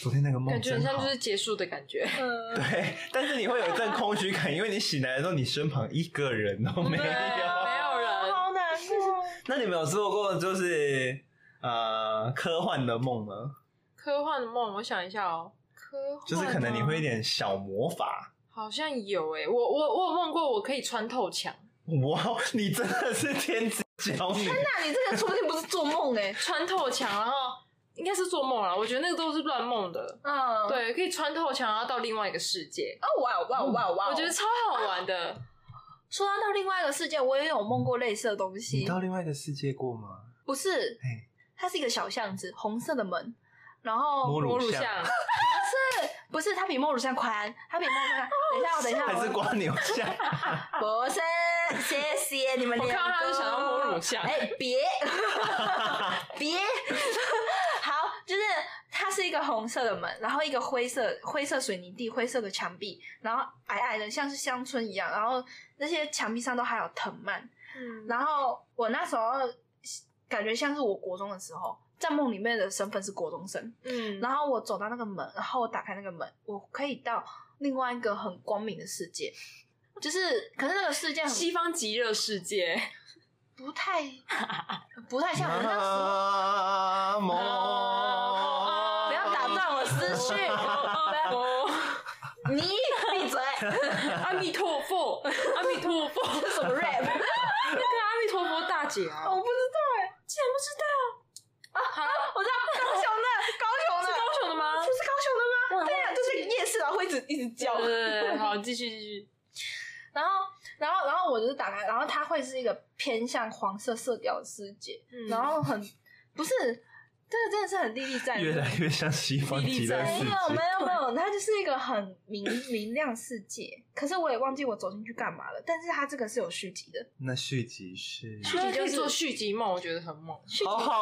S1: 昨天那个梦
S2: 感觉
S1: 真
S2: 很像
S1: 好
S2: 就。是结束的感觉。
S3: [laughs] 嗯，
S1: 对，但是你会有一阵空虚感，因为你醒来的时候，你身旁一个人都没有
S2: 对。啊没有人
S3: 好难过。
S1: [laughs] 那你们有做过就是呃科幻的梦吗？
S2: 科幻的梦，我想一下哦，科幻吗
S1: 就是可能你会一点小魔法。
S2: 好像有诶、我我我有梦过我可以穿透墙，
S1: 哇，你真的是天之骄
S3: [laughs]
S1: 女！
S3: 那你这个说不定不是做梦哎，
S2: 穿透墙，然后应该是做梦了，我觉得那个都是乱梦的。
S3: 嗯，，
S2: 对，可以穿透墙，然后到另外一个世界，
S3: 哦哇哦哇哦哇哦哇哦！
S2: 我觉得超好
S1: [laughs]
S2: 玩的。
S3: 说到到另外一个世界，我也有梦过类似的东
S1: 你
S3: 西，
S1: 到另外一个世界过吗？
S3: 不是
S1: 嘿，
S3: 它是一个小巷子，红色的门，然后
S1: 摸
S2: 摩
S1: 乳
S2: 乳
S1: 像
S2: 像，
S3: 不是，它比梦乳像宽，它比梦乳
S1: [laughs]
S3: 像。等一下，我哦等一下，
S1: 还是
S3: 我
S1: 瓜牛
S3: [laughs]
S1: 像？
S3: 不是，谢谢你们
S2: 我
S3: 两
S2: 看
S3: 个。
S2: 到他就想要摸乳像
S3: 哎、
S1: [laughs]
S3: 别别，好，就是它是一个红色的门，然后一个灰色灰色水泥地、灰色的墙壁，然后矮矮的，像是乡村一样，然后那些墙壁上都还有藤蔓。
S2: 嗯，
S3: 然后我那时候感觉像是我国中的时候，在梦里面的身份是国中生，
S2: 嗯
S3: 然后我走到那个门，然后我打开那个门，我可以到另外一个很光明的世界，就是可是那个世界很
S2: 西方极热世界，
S3: 不 [laughs] 太不太像我那时候。哦
S1: 啊，梦
S2: 啊
S3: 不要打断我思 [laughs] 绪，
S2: 哦哦
S3: 你闭嘴，
S2: 阿弥陀佛，阿弥陀佛，
S3: [laughs] 这什么 rap？
S2: [laughs] 那个阿弥陀佛大姐啊，
S3: 我不知道哎、
S2: 竟然不知道。啊，好，
S3: 我知道高雄的，高雄嗯
S2: 是
S3: 的，
S2: 高雄的
S3: 啊
S4: 觉。
S2: 对对对，好，继续继续。
S3: 然后，然后，然后我就是打开，然后它会是一个偏向黄色色调的世界，
S2: 嗯
S3: 然后很不是，这个真的是很历历在目。
S1: 越来越像西方极乐世
S3: 没
S1: 界。
S3: 有没有没有，它就是一个很明明亮世界。可是我也忘记我走进去干嘛了。但是它这个是有续集的，
S1: 那续集是
S2: 续集
S3: 就
S2: 就是是做续集梦，我觉得很猛，
S3: 续集、
S1: 好好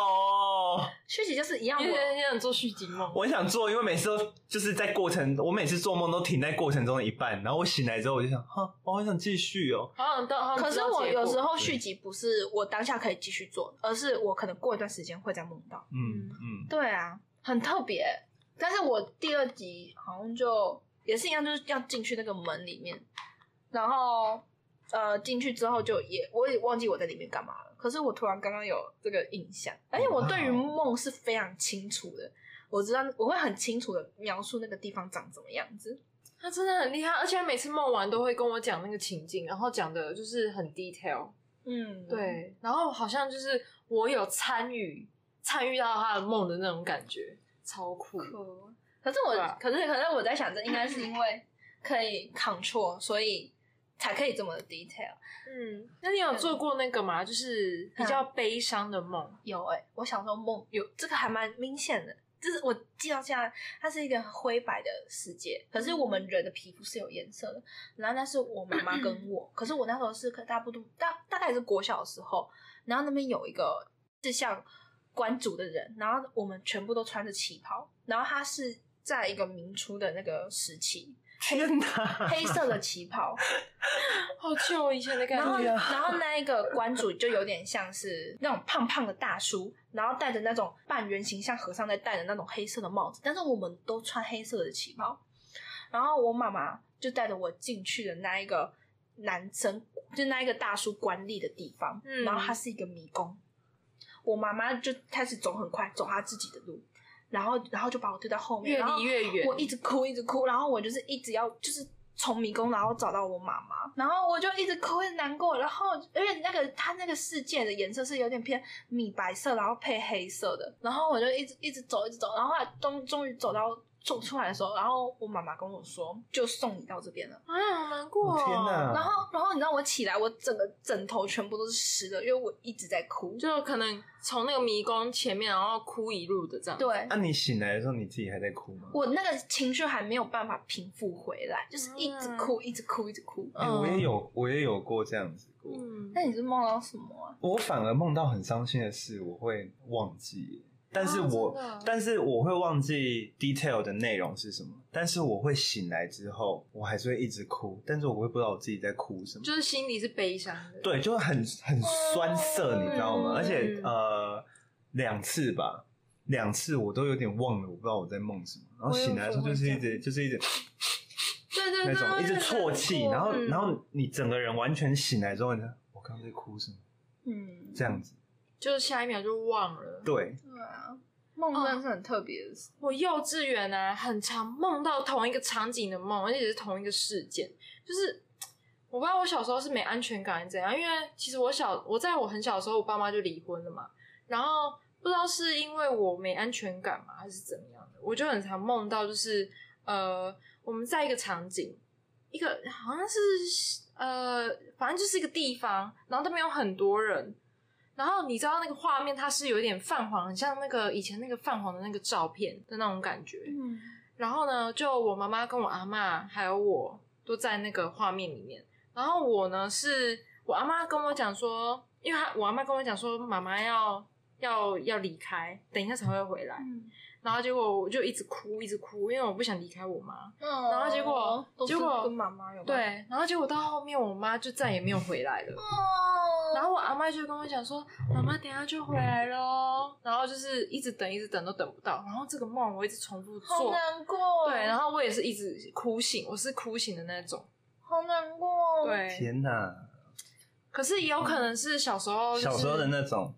S1: 哦，
S3: 续集就是一样
S2: 因为
S3: 我。
S2: 很想做续集梦。
S1: 我很想做，因为每次都就是在过程，我每次做梦都停在过程中的一半，然后我醒来之后我就想，哈，我好想继续哦。
S2: 好想到，好想
S3: 可
S2: 知
S3: 是
S2: 道
S3: 我
S2: 结果
S3: 有时候续集不是我当下可以继续做，而是我可能过一段时间会再梦到。
S1: 嗯嗯，
S3: 对啊，很特别。但是我第二集好像就也是一样，就是要进去那个门里面，然后呃进去之后就也我也忘记我在里面干嘛了。可是我突然刚刚有这个印象，而且我
S2: 哦
S3: 对于梦是非常清楚的，我知道我会很清楚的描述那个地方长怎么样子。
S2: 他真的很厉害，而且他每次梦完都会跟我讲那个情境，然后讲的就是很 detail。
S3: 嗯，
S2: 对，然后好像就是我有参与参与到他的梦的那种感觉，超酷。
S3: 哦。可是我，
S2: 对啊
S3: 可是可是我在想，这应该是因为可以 control，所以才可以这么 detail。
S2: 嗯，那你有做过那个吗？就是
S3: 嗯
S2: 比较悲伤的梦，
S3: 有哎、我小时候梦有这个还蛮明显的，就是我记到现在，它是一个灰白的世界，可是我们人的皮肤是有颜色的。然后那是我妈妈跟我，可是我那时候是可大部分大大概也是国小的时候，然后那边有一个是像关主的人，然后我们全部都穿着旗袍，然后他是在一个明初的那个时期，
S1: 天哪！
S3: 黑色的旗袍，
S2: 好哦久以前的感
S3: 然后，
S2: 觉。
S3: 然后那一个馆主就有点像是那种胖胖的大叔，然后戴着那种半圆形像和尚在戴的那种黑色的帽子，但是我们都穿黑色的旗袍。然后我妈妈就带着我进去的那一个男生，就那一个大叔管理的地方，
S2: 嗯
S3: 然后它是一个迷宫。我妈妈就开始走很快，走她自己的路，然后然后就把我推到后面，
S2: 越
S3: 然后
S2: 离越远，
S3: 我一直哭，一直哭，然后我就是一直要就是从迷宫，然后找到我妈妈，然后我就一直哭，一直难过，然后而且那个它那个世界的颜色是有点偏米白色，然后配黑色的，然后我就一直一直走，一直走，然后后来终终于走到走出来的时候，然后我妈妈跟我说，就送你到这边了。
S2: 啊，好难过、哦。
S1: 天哪！
S3: 然后，然后你知道我起来，我整个枕头全部都是湿的，因为我一直在哭。
S2: 就可能从那个迷宫前面，然后哭一路的这样。，
S3: 对，
S1: 那、啊你醒来的时候，你自己还在哭吗？
S3: 我那个情绪还没有办法平复回来，就是一直
S2: 嗯
S3: 哭，一直哭，一直哭。
S1: 哎我也有，我也有过这样子过。
S2: 嗯，
S3: 那你是梦到什么啊？
S1: 我反而梦到很伤心的事，我会忘记，但是我、
S2: 真的
S1: 但是我会忘记 detail 的内容是什么，但是我会醒来之后，我还是会一直哭，但是我会不知道我自己在哭什么，
S2: 就是心里是悲伤的。，
S1: 对，就很很酸涩，你知道吗？
S2: 嗯
S1: 而且呃，两次吧，两次我都有点忘了，我不知道我在梦什么，然后
S3: 我有
S1: 醒来的时候就是一直就是一直。
S2: 对对
S1: 那
S2: 对，
S1: 种一直啜泣，然后
S2: 嗯
S1: 然后你整个人完全醒来之后呢，我刚刚在哭什么？
S3: 嗯，
S1: 这样子，
S2: 就是下一秒就忘了。
S1: 对，
S3: 对啊，梦真的是很特别的事。
S2: 我幼稚园啊，很常梦到同一个场景的梦，而且是同一个事件。就是我不知道我小时候是没安全感还是怎样，因为其实我小我在我很小的时候，我爸妈就离婚了嘛，然后不知道是因为我没安全感嘛，还是怎么样的，我就很常梦到就是呃，我们在一个场景，一个好像是呃，反正就是一个地方，然后那边有很多人。然后你知道那个画面，它是有点泛黄，很像那个以前那个泛黄的那个照片的那种感觉。
S3: 嗯，
S2: 然后呢，就我妈妈跟我阿嬷还有我都在那个画面里面。然后我呢，是我阿嬷跟我讲说，因为她我阿嬷跟我讲说，妈妈要要要离开，等一下才会回来。
S3: 嗯
S2: 然后结果我就一直哭，一直哭，因为我不想离开我妈。
S3: 然
S2: 后结果结果
S3: 哦跟妈妈有关，
S2: 对，然后结果到后面，我妈就再也没有回来了。
S3: 哦，
S2: 然后我阿妈就跟我讲说，妈妈等一下就回来咯。然后就是一直等，一直等都等不到。然后这个梦我一直重复
S3: 好
S2: 做，
S3: 难过，哦
S2: 对，然后我也是一直哭醒，我是哭醒的那种，
S3: 好难过，，
S2: 对。
S1: 天哪！
S2: 可是也有可能是小时候、哦就是，
S1: 小时候的，那种，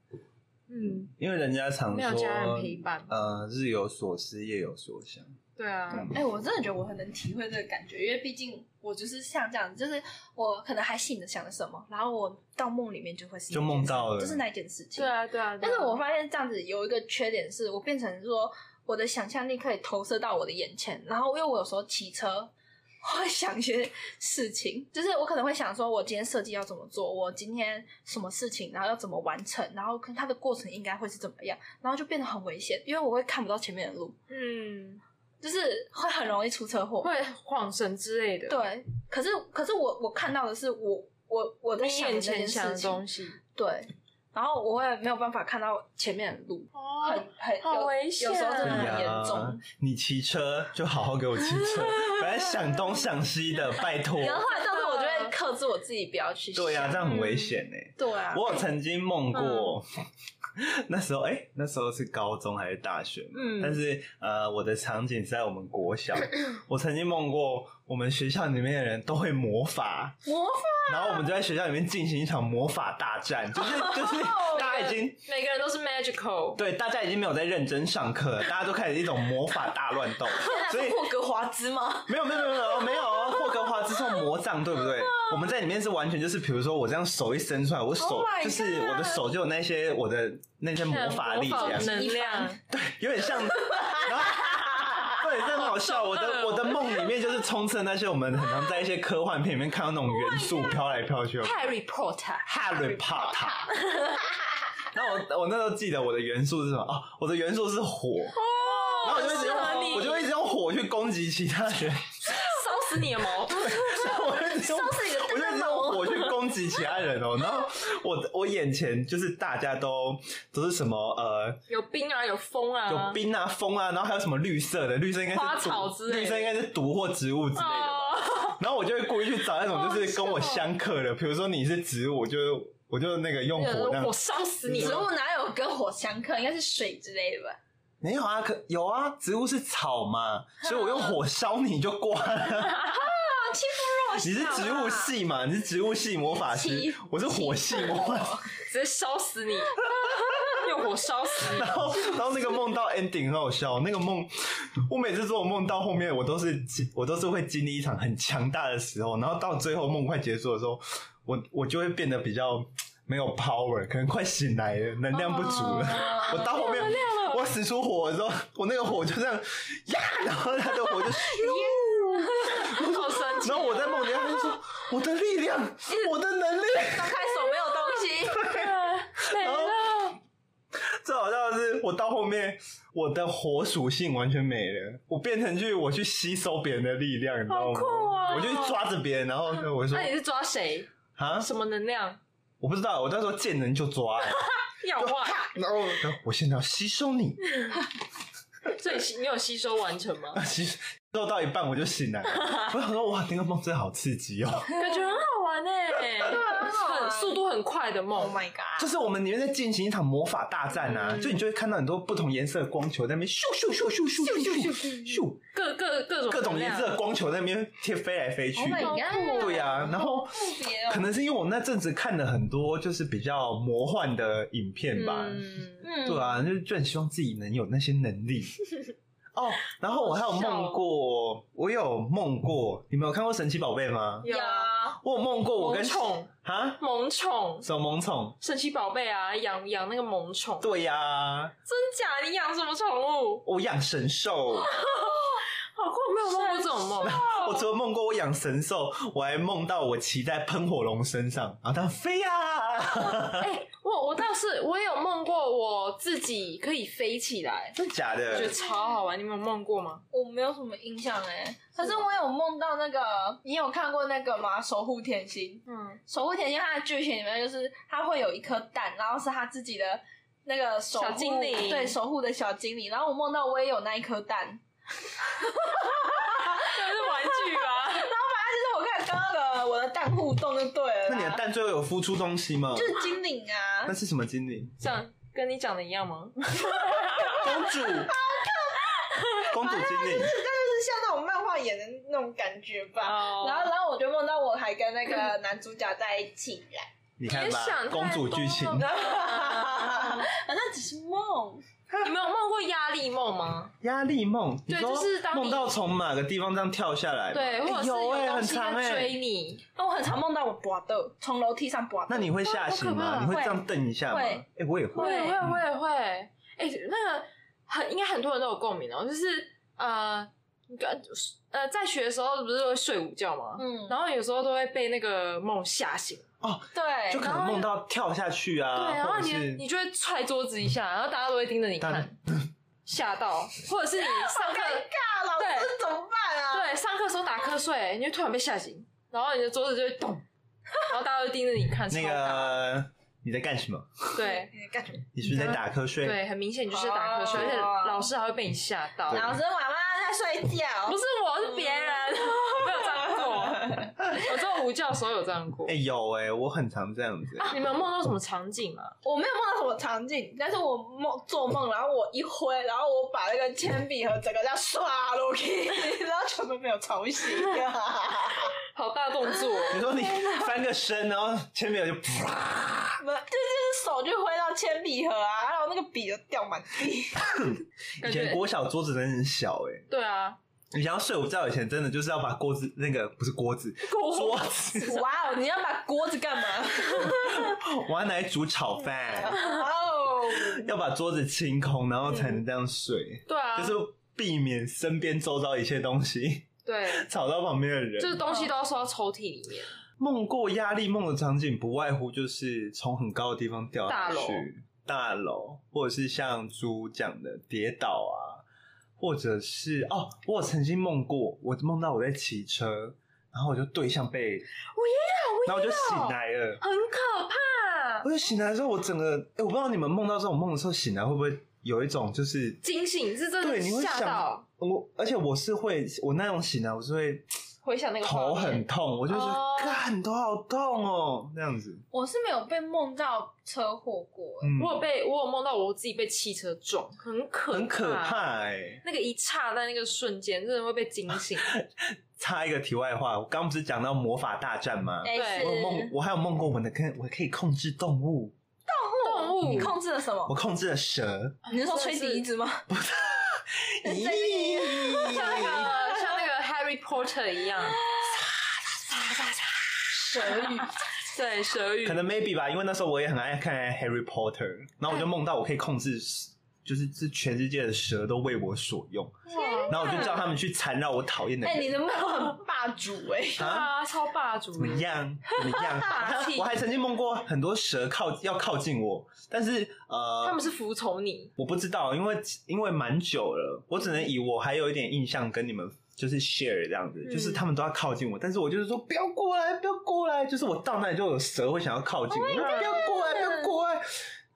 S2: 嗯，
S1: 因为人家常
S2: 没有家人
S1: 说，
S2: 陪伴，
S1: 呃，日有所思，夜有所想。
S2: 对
S1: 嗯
S2: 啊，
S3: 哎、我真的觉得我很能体会这个感觉，因为毕竟我就是像这样，就是我可能还醒着想着什么，然后我到梦里面就会是
S1: 就梦到了
S3: 就是那一件事情，
S2: 对。啊，对啊。
S3: 但是我发现这样子有一个缺点是，我变成说我的想象力可以投射到我的眼前，然后因为我有时候骑车我会想一些事情，就是我可能会想说，我今天设计要怎么做，我今天什么事情，然后要怎么完成，然后看它的过程应该会是怎么样，然后就变得很危险，因为我会看不到前面的路，
S2: 嗯，
S3: 就是会很容易出车祸。
S2: 会晃神之类的，，
S3: 对，可是可是我我看到的是我我我在
S2: 你
S3: 想的
S2: 眼
S3: 那
S2: 前
S3: 件
S2: 想
S3: 事
S2: 的
S3: 情，
S2: 东西，
S3: 对，然后我会没有办法看到前面的路，
S2: 哦
S3: 很很
S2: 好
S3: 有
S2: 危险
S3: 有时候真的
S1: 哎
S3: 很
S1: 呀
S3: 啊严重。
S1: 你骑车就好好给我骑车，本来想东想西的，拜托。
S3: 然后后来到时候我就会克制我自己不要去想。
S1: 对呀、这样很危险呢、
S3: 对啊，
S1: 我有曾经梦过， [laughs] 那时候哎、那时候是高中还是大学嘛？
S2: 嗯
S1: 但是呃，我的场景是在我们国小，我曾经梦过我们学校里面的人都会魔法，
S3: 魔法
S1: 然后我们就在学校里面进行一场魔法大战，就是就是大家已经。
S2: 每个人都是 magical，
S1: 对，大家已经没有在认真上课了，大家都开始一种魔法大乱斗，所以
S3: 霍格华兹
S1: [laughs]
S3: 吗？
S1: 没有没有没有没有没有哦，霍格华兹是用魔杖，对不对？我们在里面是完全就是，比如说我这样手一伸出来，我手、
S3: Oh my
S1: 就是我的手就有那些我的那些魔法力这样，
S2: 能量，
S1: 有点像。然后或者在很好笑，我的我的梦里面就是充斥那些我们很常在一些科幻片里面看到那种元素飘来飘去的
S2: Harry Potter，
S1: Harry Potter。然后我我那时候记得我的元素是什么哦，我的元素是火，然后我就一直用
S2: 很适合你
S1: 我就一直用火去攻击其他人，
S2: 烧死你的毛！
S1: [laughs] 我就一直用我就一直用火去攻击其他人哦。然后我我眼前就是大家都都是什么呃
S2: 有冰啊，有风啊，
S1: 有冰啊风啊，然后还有什么绿色的，绿色应该是
S2: 花草
S1: 毒
S2: 之类的
S1: 绿色应该是毒或植物之类的吧。
S2: 哦
S1: 然后我就会故意去找那种就是跟我相克的，比如说你是植物，我就我就那个用火那样嗯
S2: 我烧死你！
S3: 植物哪有跟火相克？应该是水之类的吧？
S1: 没有啊，可有啊，植物是草嘛，所以我用火烧你就挂了。
S3: 啊，欺负弱
S1: 你是植物系嘛？你是植物系魔法师
S3: 欺，
S1: 我是火系魔法师。
S2: 直接烧死你，用火
S1: [laughs]
S2: 烧死你！
S1: 然后，然后那个梦到 ending 很好笑。那个梦，我每次做我梦到后面，我都是我都是会经历一场很强大的时候，然后到最后梦快结束的时候，我我就会变得比较没有 power，可能快醒来了，能量不足
S3: 哦
S1: 了。 [laughs] 我到后面，我使出火的时候，我那个火就这样呀，然后他的火就咻。
S2: 好神奇！
S1: 然后我在梦里，他就说我的力 [laughs] 量，我的能力。
S3: 张开手没有东 [laughs] 西，
S2: 啊没了，
S1: 最好笑的是，我到后面我的火属性完全没了，我变成去我去吸收别人的力量，你知道
S2: 好
S1: 吗？
S2: 酷啊！
S1: 我就去抓着别人，然后我就说
S2: 那你是抓谁？
S1: 啊，
S2: 什么能量？
S1: 我不知道，我那时候见人就抓、欸
S2: 要 [laughs] 坏，
S1: [laughs] 然后我就我现在要吸收 [laughs] 你，
S2: 所以吸你有吸收完成吗？ [laughs]
S1: 吸吸收到一半我就醒来了， [laughs] 我想说哇，那个梦真的好刺激哦、 [laughs]
S2: 感觉很好玩哎，
S3: 啊
S2: 很速度很快的梦
S4: Oh。my god！
S1: 就是我们里面在进行一场魔法大战啊，
S2: 嗯
S1: 所以你就会看到很多不同颜色的光球在那边咻咻咻咻咻咻咻咻，哦
S2: 各各各种
S1: 各种
S2: 能
S1: 颜
S2: 量
S1: 色的光球在那边贴飞来飞去。
S3: Oh my
S2: 好酷
S3: god！
S1: 对呀、然 [laughs] 后
S3: 特别哦
S1: 可，能是因为我那阵子看了很多就是比较魔幻的影片吧，
S2: 嗯，
S3: 嗯
S1: 对，啊，就就很希望自己能有那些能
S2: [laughs]
S1: 力。哦，然后我还有
S2: 哦
S1: 梦过，我有梦过，你们有看过神奇宝贝吗？
S2: 有
S1: 我有梦过，我
S2: 萌
S1: 跟
S2: 宠
S1: 啊，
S2: 萌宠
S1: 什么萌宠？
S2: 神奇宝贝啊，养养那个萌宠，
S1: 对呀、
S2: 真假？你养什么宠物？
S1: 我养神
S2: [laughs]
S1: 兽，
S2: 好酷，没有梦过这种梦。
S1: 我除了梦过我养神兽，我还梦到我骑在喷火龙身上，然后它飞
S2: [laughs]
S1: 呀、
S2: 哎、我我倒是我有梦过我自己可以飞起来，
S1: 真假
S2: 我觉
S1: 的
S2: 得？超好玩。你们有梦过吗？
S3: 我没有什么印象哎，可是我有梦到那个，你有看过那个吗？守护甜心，
S2: 嗯，
S3: 守护甜心它的剧情里面就是它会有一颗蛋，然后是它自己的那个守护
S2: 小精灵
S3: 对守护的小精灵。然后我梦到我也有那一颗蛋，
S2: 这是玩具吧？
S3: 就是我看跟那个我的蛋互动就对了啦。
S1: 那你的蛋最后有孵出东西吗？
S3: 就是精灵啊
S1: 那，是什么精灵？
S2: 这样跟你讲的一样吗？
S1: 公主，公主精
S4: 就
S1: 灵，
S4: 是像那种漫画演的那种感觉吧。
S2: 哦
S3: 然后然后我就梦到我还跟那个男主角在一起
S2: [laughs]
S3: 啦，
S1: 你
S2: 别
S1: 看吧
S2: 想，
S1: 公主剧情。
S2: 你
S3: 啊那只是梦，
S2: 们有梦过压力梦吗？
S1: 压力梦，你
S2: 对
S1: 说
S2: 就是当你
S1: 梦到从哪个地方这样跳下来嘛，
S2: 对，或者
S1: 哎
S2: 是
S1: 有哎，
S2: 东
S1: 很
S2: 西
S1: 长
S2: 在
S1: 哎。
S2: 追你，
S3: 那我很常梦到我拔豆从楼梯上拔豆
S1: 那你会下行
S2: 哇好可
S1: 吗？
S2: 怕
S1: 你会这样瞪一下吗？
S3: 会
S1: 哎，我也会
S2: 会
S3: 对
S2: 会会会。哎、那个很应该很多人都有共鸣哦，就是呃，你感呃在学的时候不是会睡午觉吗？
S3: 嗯，
S2: 然后有时候都会被那个梦吓醒，
S3: 对，
S1: 就可能梦到跳下去啊，
S2: 对，然后
S1: 或者
S2: 你
S1: 是
S2: 你就会踹桌子一下，然后大家都会盯着你
S1: 大
S2: 看，吓到，或者是你上课 [laughs]
S3: 尬，老
S2: 对
S3: 师怎么办啊？
S2: 对上课的时候打瞌睡，你就突然被吓醒，然后你的桌子就会 [laughs] 动，然后大家都盯着你看，
S1: 那
S2: 超大
S1: 个你在干什么？
S2: 对啊
S3: 你干什么？
S1: 你是不是在打瞌睡？
S2: 对，很明显你就是打瞌睡，
S3: 哦
S2: 而且老师还会被你吓到。
S1: 对
S3: 老师妈妈在睡觉，
S2: 不是我，是别人，我没有这样过。
S1: [laughs]
S2: 我只有午觉的时候有这样过
S1: 哎、。有哎、我很常这样
S2: [laughs]
S1: 子、
S2: 你们有梦到什么场景吗？
S3: 我没有梦到什么场景，但是我梦做梦，然后我一挥，然后我把那个铅笔盒整个这样刷落去，然后全部没有吵醒、
S2: 好大动作哦，
S1: 你说你翻个身，然后铅笔盒就啪，
S3: 没有，就是手就挥到铅笔盒啊，然后那个笔就掉满地。
S2: 感
S1: 以前
S2: 觉
S1: 国小桌子真的很小哎、
S2: 对啊，
S1: 你想要睡午觉以前，真的就是要把锅子那个不是锅子，桌子，
S3: 哇哦，你要把锅子干嘛？
S1: 我要拿来煮炒饭，
S3: 哇哦，
S1: 要把桌子清空，然后才能这样睡，
S2: 对啊，
S1: 就是避免身边周遭一切东西
S2: 对，
S1: 吵到旁边的
S2: 就是
S1: 人。
S2: 东西都要收到抽屉里面。
S1: 梦过压力梦的场景，不外乎就是从很高的地方掉下去，大楼，或者是像猪讲的跌倒啊，或者是哦，我有曾经梦过，我梦到我在骑车，然后我就对向被，然后我就醒来了。
S2: 很可怕，
S1: 我就醒来的时候，我整个，哎、我不知道你们梦到这种梦的时候醒来会不会有一种就是，
S2: 惊醒是真的
S1: 对，你会
S2: 吓
S1: 想
S2: 到，，
S1: 我而且我是会，我那种醒来我是会
S2: 回想那个
S1: 头
S2: 画面
S1: 很痛，我就觉
S2: 哦
S1: 得干、头好痛哦，那样子，
S3: 我是没有被梦到车祸过、欸，
S1: 嗯，
S2: 我有被我有梦到我自己被汽车撞，很可
S1: 很可怕哎、
S2: 那个一刹那那个瞬间，真的会被惊
S1: [laughs]
S2: 醒。
S1: 插一个题外话，我刚不是讲到魔法大战吗？
S3: 哎
S2: 对
S1: 我有梦，我还有梦过我能跟我可以控制动物，
S2: 动物
S3: 你控制了什
S1: 我
S3: 么？
S1: 控制了蛇。
S3: 你是说吹笛子吗？
S2: [laughs] 像那个像那个 Harry Potter
S1: [laughs]
S2: 一样，
S3: 蛇语，
S2: 对蛇
S1: [laughs]
S2: 语
S1: 可，能 maybe 吧，因为那时候我也很爱看 Harry Potter，然后我就梦到我可以控制，就是这全世界的蛇都为我所用，
S2: 哇
S1: 然后我就叫他们去缠绕我讨厌的
S3: 哎、
S1: 人。
S3: 你的梦很霸主哎、
S2: 对
S1: 啊，
S2: 啊，超霸主
S1: 怎么样？怎么样？我还
S2: 气
S1: 我还曾经梦过很多蛇靠要靠近我，但是呃，
S2: 他们是服从你，
S1: 我不知道，因为因为蛮久了，我只能以我还有一点印象跟你们就是 share 这样子，
S2: 嗯
S1: 就是他们都要靠近我，但是我就是说不要过来，不要过来，就是我到那里就有蛇会想要靠近我，不要过来，不要过来，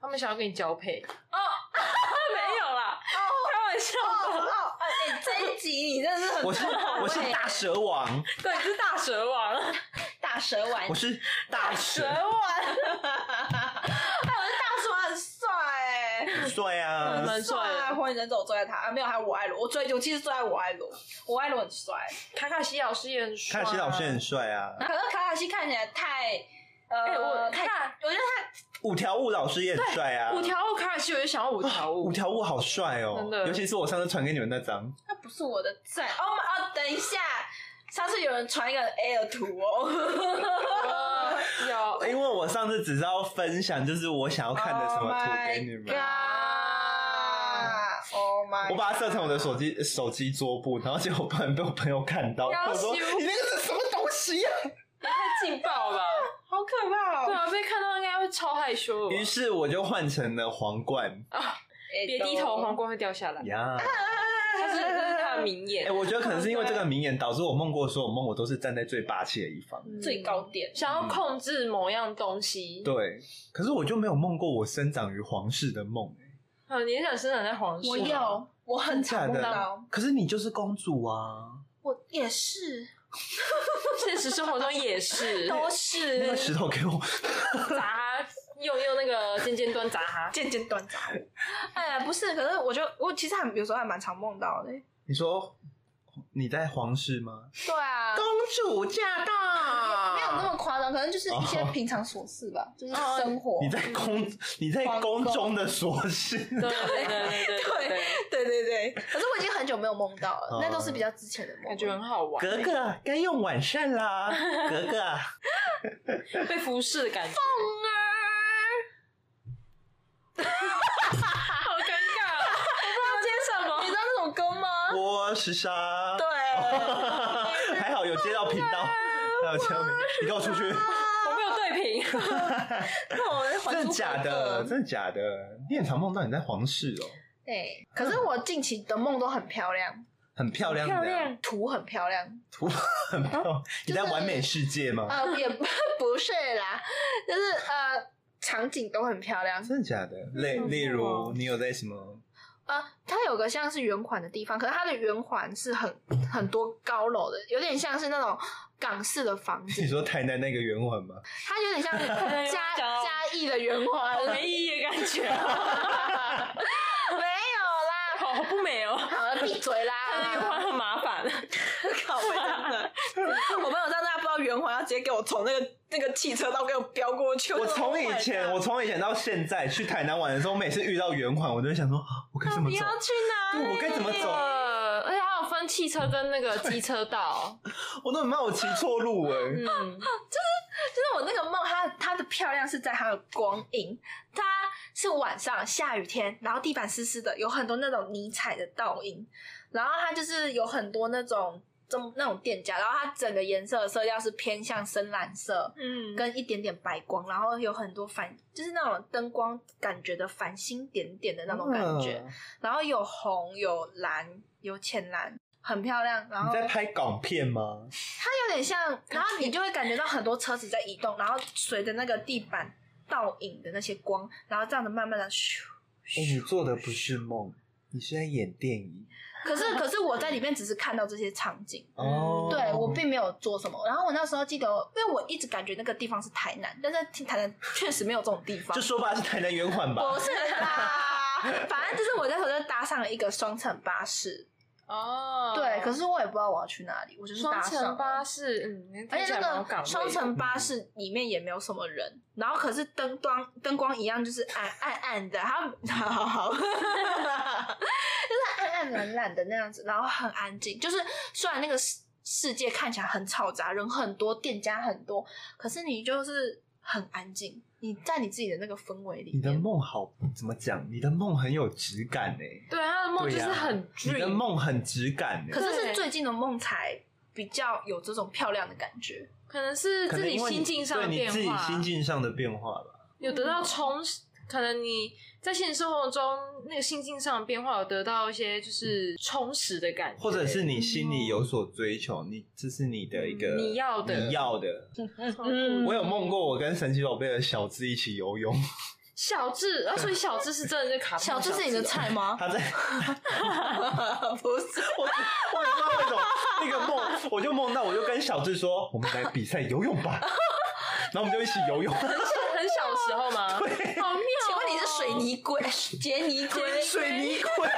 S2: 他们想要跟你交配。哦， [laughs] 没有啦，开玩笑的。
S3: 哦，哎、这一集你真
S2: [laughs]
S3: 的是很
S1: 我是我是大蛇王，
S2: 对，你是大蛇王，
S3: 大蛇丸
S2: 哎
S1: 我，是大蛇，
S3: 丸，哎，我觉得大蛇丸很帅哎、
S1: 很帅啊，
S2: 蛮帅的
S3: 啊！火影忍者我最爱他啊，没有，还有我爱罗，我最我其实最爱我爱罗，我爱罗很帅，
S2: 卡卡西老师也很帅
S1: 看
S2: 啊。
S1: 起来老师很帅啊，
S2: 嗯
S3: 可是卡卡西看起来太呃，
S2: 哎，我
S3: 太，
S2: 看
S3: 我觉得他
S1: 五条悟老师也很帅啊，
S2: 五条悟卡卡西，我就想要五条悟
S1: 五。条悟好帅哦
S2: 真，的
S1: 尤其是我上次传给你们那张，
S3: 他不是我的菜。哦哦，等一下，上次有人传一个 Air 图
S2: [laughs]
S3: 哦，
S2: 呃有
S1: 因为我上次只是要分享就是我想要看的什么
S2: Oh
S1: 图给你们。
S3: 啊，Oh my，
S1: 我把它设成我的手机手机桌布，然后结果不然被我朋友看到，
S2: 要
S1: 我
S2: 修
S1: 说你那个是什么东西啊呀、
S2: 太劲爆了吧？
S3: 好可怕
S2: 对 [laughs]
S3: 哦！
S2: 啊，被看到应该会超害羞的吧
S1: 于。是我就换成了皇冠
S2: 别低头，皇冠会掉下来。
S1: 呀。
S2: [laughs] 他是这是他的名
S1: 哎、
S2: [laughs] 言，
S1: 我觉得可能是因为这个名言，导致我梦过所有梦，我都是站在最霸气的一方。
S2: 嗯
S3: [laughs] 最高点。
S2: 想要控制某样东西。
S1: 对，可是我就没有梦过我生长于皇室的梦、哎
S2: 啊，你也想生长在皇室？
S3: 我有，我很
S1: 假
S3: 常梦
S1: 的
S3: 到，。
S1: 可是你就是公主啊！
S3: 我也是，
S2: 现实生活中也
S1: [laughs]
S2: 是
S3: [laughs] 都是
S1: 那个石头给我， [laughs]
S2: 砸他，用用那个尖尖端砸
S3: [laughs]
S2: 他。
S3: 渐渐短暂。哎，不是，可是我觉得我其实还有时候还蛮常梦到的。
S1: 你说你在皇室吗？
S3: 对啊，
S1: 公主驾到，
S3: 没有那么夸张，可能就是一些
S1: 哦
S3: 平常琐事 [laughs] 吧，就是生活。
S1: 你在宫你在
S3: 皇
S1: 宫
S3: 宫
S1: 中的琐事。
S2: 对对对对对对，
S3: [laughs] 对对对，可是我已经很久没有梦到
S1: 哦
S3: 了，那都是比较之前的梦。 [laughs]
S2: 感觉很好玩，
S1: 格格该用晚膳啦，格格。
S2: 被服侍的感觉。好尴尬，我不知道接什么啊
S3: 你知。道那种歌吗？
S1: [laughs] 我是傻，
S4: 对，
S1: [laughs] 还好有接到频道，还有接到频道，你给我出去！
S2: 我没有对平，
S4: 那我们还
S1: 真
S4: 珠
S1: 的
S4: 格
S1: 假的？
S3: 啊
S4: 格
S1: 真的假的？你很常梦到你在皇室哦，
S3: 对，可是我近期的梦都很漂亮，
S1: 很漂亮的，
S2: 漂亮，
S3: 图很漂亮，
S1: 图很漂 [laughs] 亮。你在
S3: 就是
S1: 完美世界吗？
S3: 呃，也不 [laughs] 不是啦，就是呃，场景都很漂亮。
S1: 真的假的？例
S2: 什么
S1: 例如，你有在什么？
S3: 呃，它有个像是圆环的地方，可是它的圆环是很很多高楼的，有点像是那种港式的房子
S1: 你，说台南那个圆环吗？
S3: 它有
S4: [laughs]
S3: 点像
S4: 哎
S3: 嘉
S2: 讲到
S3: 嘉义的圆环，
S2: 好
S3: 没有
S2: 没意义的感觉啊，
S3: 啦，
S2: [laughs] 好不美哦。
S3: 好了，闭嘴
S2: 他的圆
S3: 啦。
S2: 环很麻烦，
S4: 靠背真
S2: [laughs]
S4: 的，我朋友在那不知道圆环，要直接给我从那个那个汽车道给我飙过去。
S1: [laughs] 我从以前，我
S4: 我
S1: 从以前到现在去台南玩的时候，每次遇到圆环，我都会想说，啊我该怎么
S4: 你
S1: 走？
S4: 要去哪？
S1: 对，我该怎么走？
S2: 呃，而且还有分汽车跟那个机车
S4: [laughs]
S2: 道，
S1: 我都很怕我骑错路哎。 [laughs]
S2: 嗯，
S3: 就是我那个梦，它它的漂亮是在它的光影，它是晚上下雨天，然后地板湿湿的，有很多那种泥彩的倒影，然后它就是有很多那种这么那种店家，然后它整个颜色的色调是偏向深蓝色，
S2: 嗯
S3: 跟一点点白光，然后有很多繁，就是那种灯光感觉的繁星点点的那种感觉，
S1: 嗯
S3: 然后有红有蓝有浅蓝，很漂亮。然
S1: 你
S3: 后
S1: 在拍港片吗？
S3: 它有点像，然后你就会感觉到很多车子在移动，然后随着那个地板倒影的那些光，然后这样子慢慢的咻。
S1: 哎，你做的不是梦，你是在演电影
S3: 可是可是我在里面只是看到这些场景，
S1: 哦。
S3: 对我并没有做什么。然后我那时候记得，因为我一直感觉那个地方是台南，但是台南确实没有这种地方
S1: 就。说吧，是台南圆环吧。
S3: 不是啦，反正就是我那时候就搭上了一个双层巴士，
S2: 哦，
S3: 对，可是我也不知道我要去哪里，我就是搭
S2: 双
S3: 上了
S2: 层巴士，嗯，
S3: 而且那个双层巴
S1: 嗯
S3: 士里面也没有什么人，然后可是灯光灯光一样，就是暗暗暗的，它好好好，就是暗暗蓝蓝的那样子，然后很安静。就是虽然那个世世界看起来很嘈杂，人很多，店家很多，可是你就是很安静，你在你自己的那个氛围里
S1: 你的
S3: 面。
S1: 梦好怎么讲？你的梦很有质感哎、
S2: 对他的梦
S1: 对
S2: 就
S1: 呀
S2: 是很
S1: 你的
S2: dream，
S1: 梦很质感哎、
S3: 可是
S2: 对
S3: 是最近的梦才比较有这种漂亮的感觉。
S2: 可能是
S1: 可
S2: 自
S1: 能
S2: 己
S1: 因为你
S2: 心境上的
S1: 对你
S2: 变
S1: 自己
S2: 化，
S1: 心境上的变化吧。
S2: 有得到充实，可能你在现实生活中那个心境上的变化，有得到一些就是充实的感觉，
S1: 或者是你心里有所追求，你这是你的一个
S2: 嗯你要的
S1: 你要的。
S2: 嗯
S1: 我有梦过，我跟神奇宝贝的小智一起游
S2: [laughs]
S1: 泳，
S2: 小智啊，所以小智是真的是卡通
S3: 小智是你的
S2: 哦
S3: 菜吗？
S1: 他在
S4: [laughs] 不是，
S1: 我只我也不知道为什么那个梦，我就梦到，我就跟小智说，我们来比赛游泳
S2: [laughs]
S1: 吧，然后我们就一起游泳。
S2: 很小的时候吗？ [laughs] 好妙哦！
S3: 请
S2: 请
S3: 问你是水泥龟、 [laughs] 杰尼龟？
S1: 水 [laughs] 泥龟，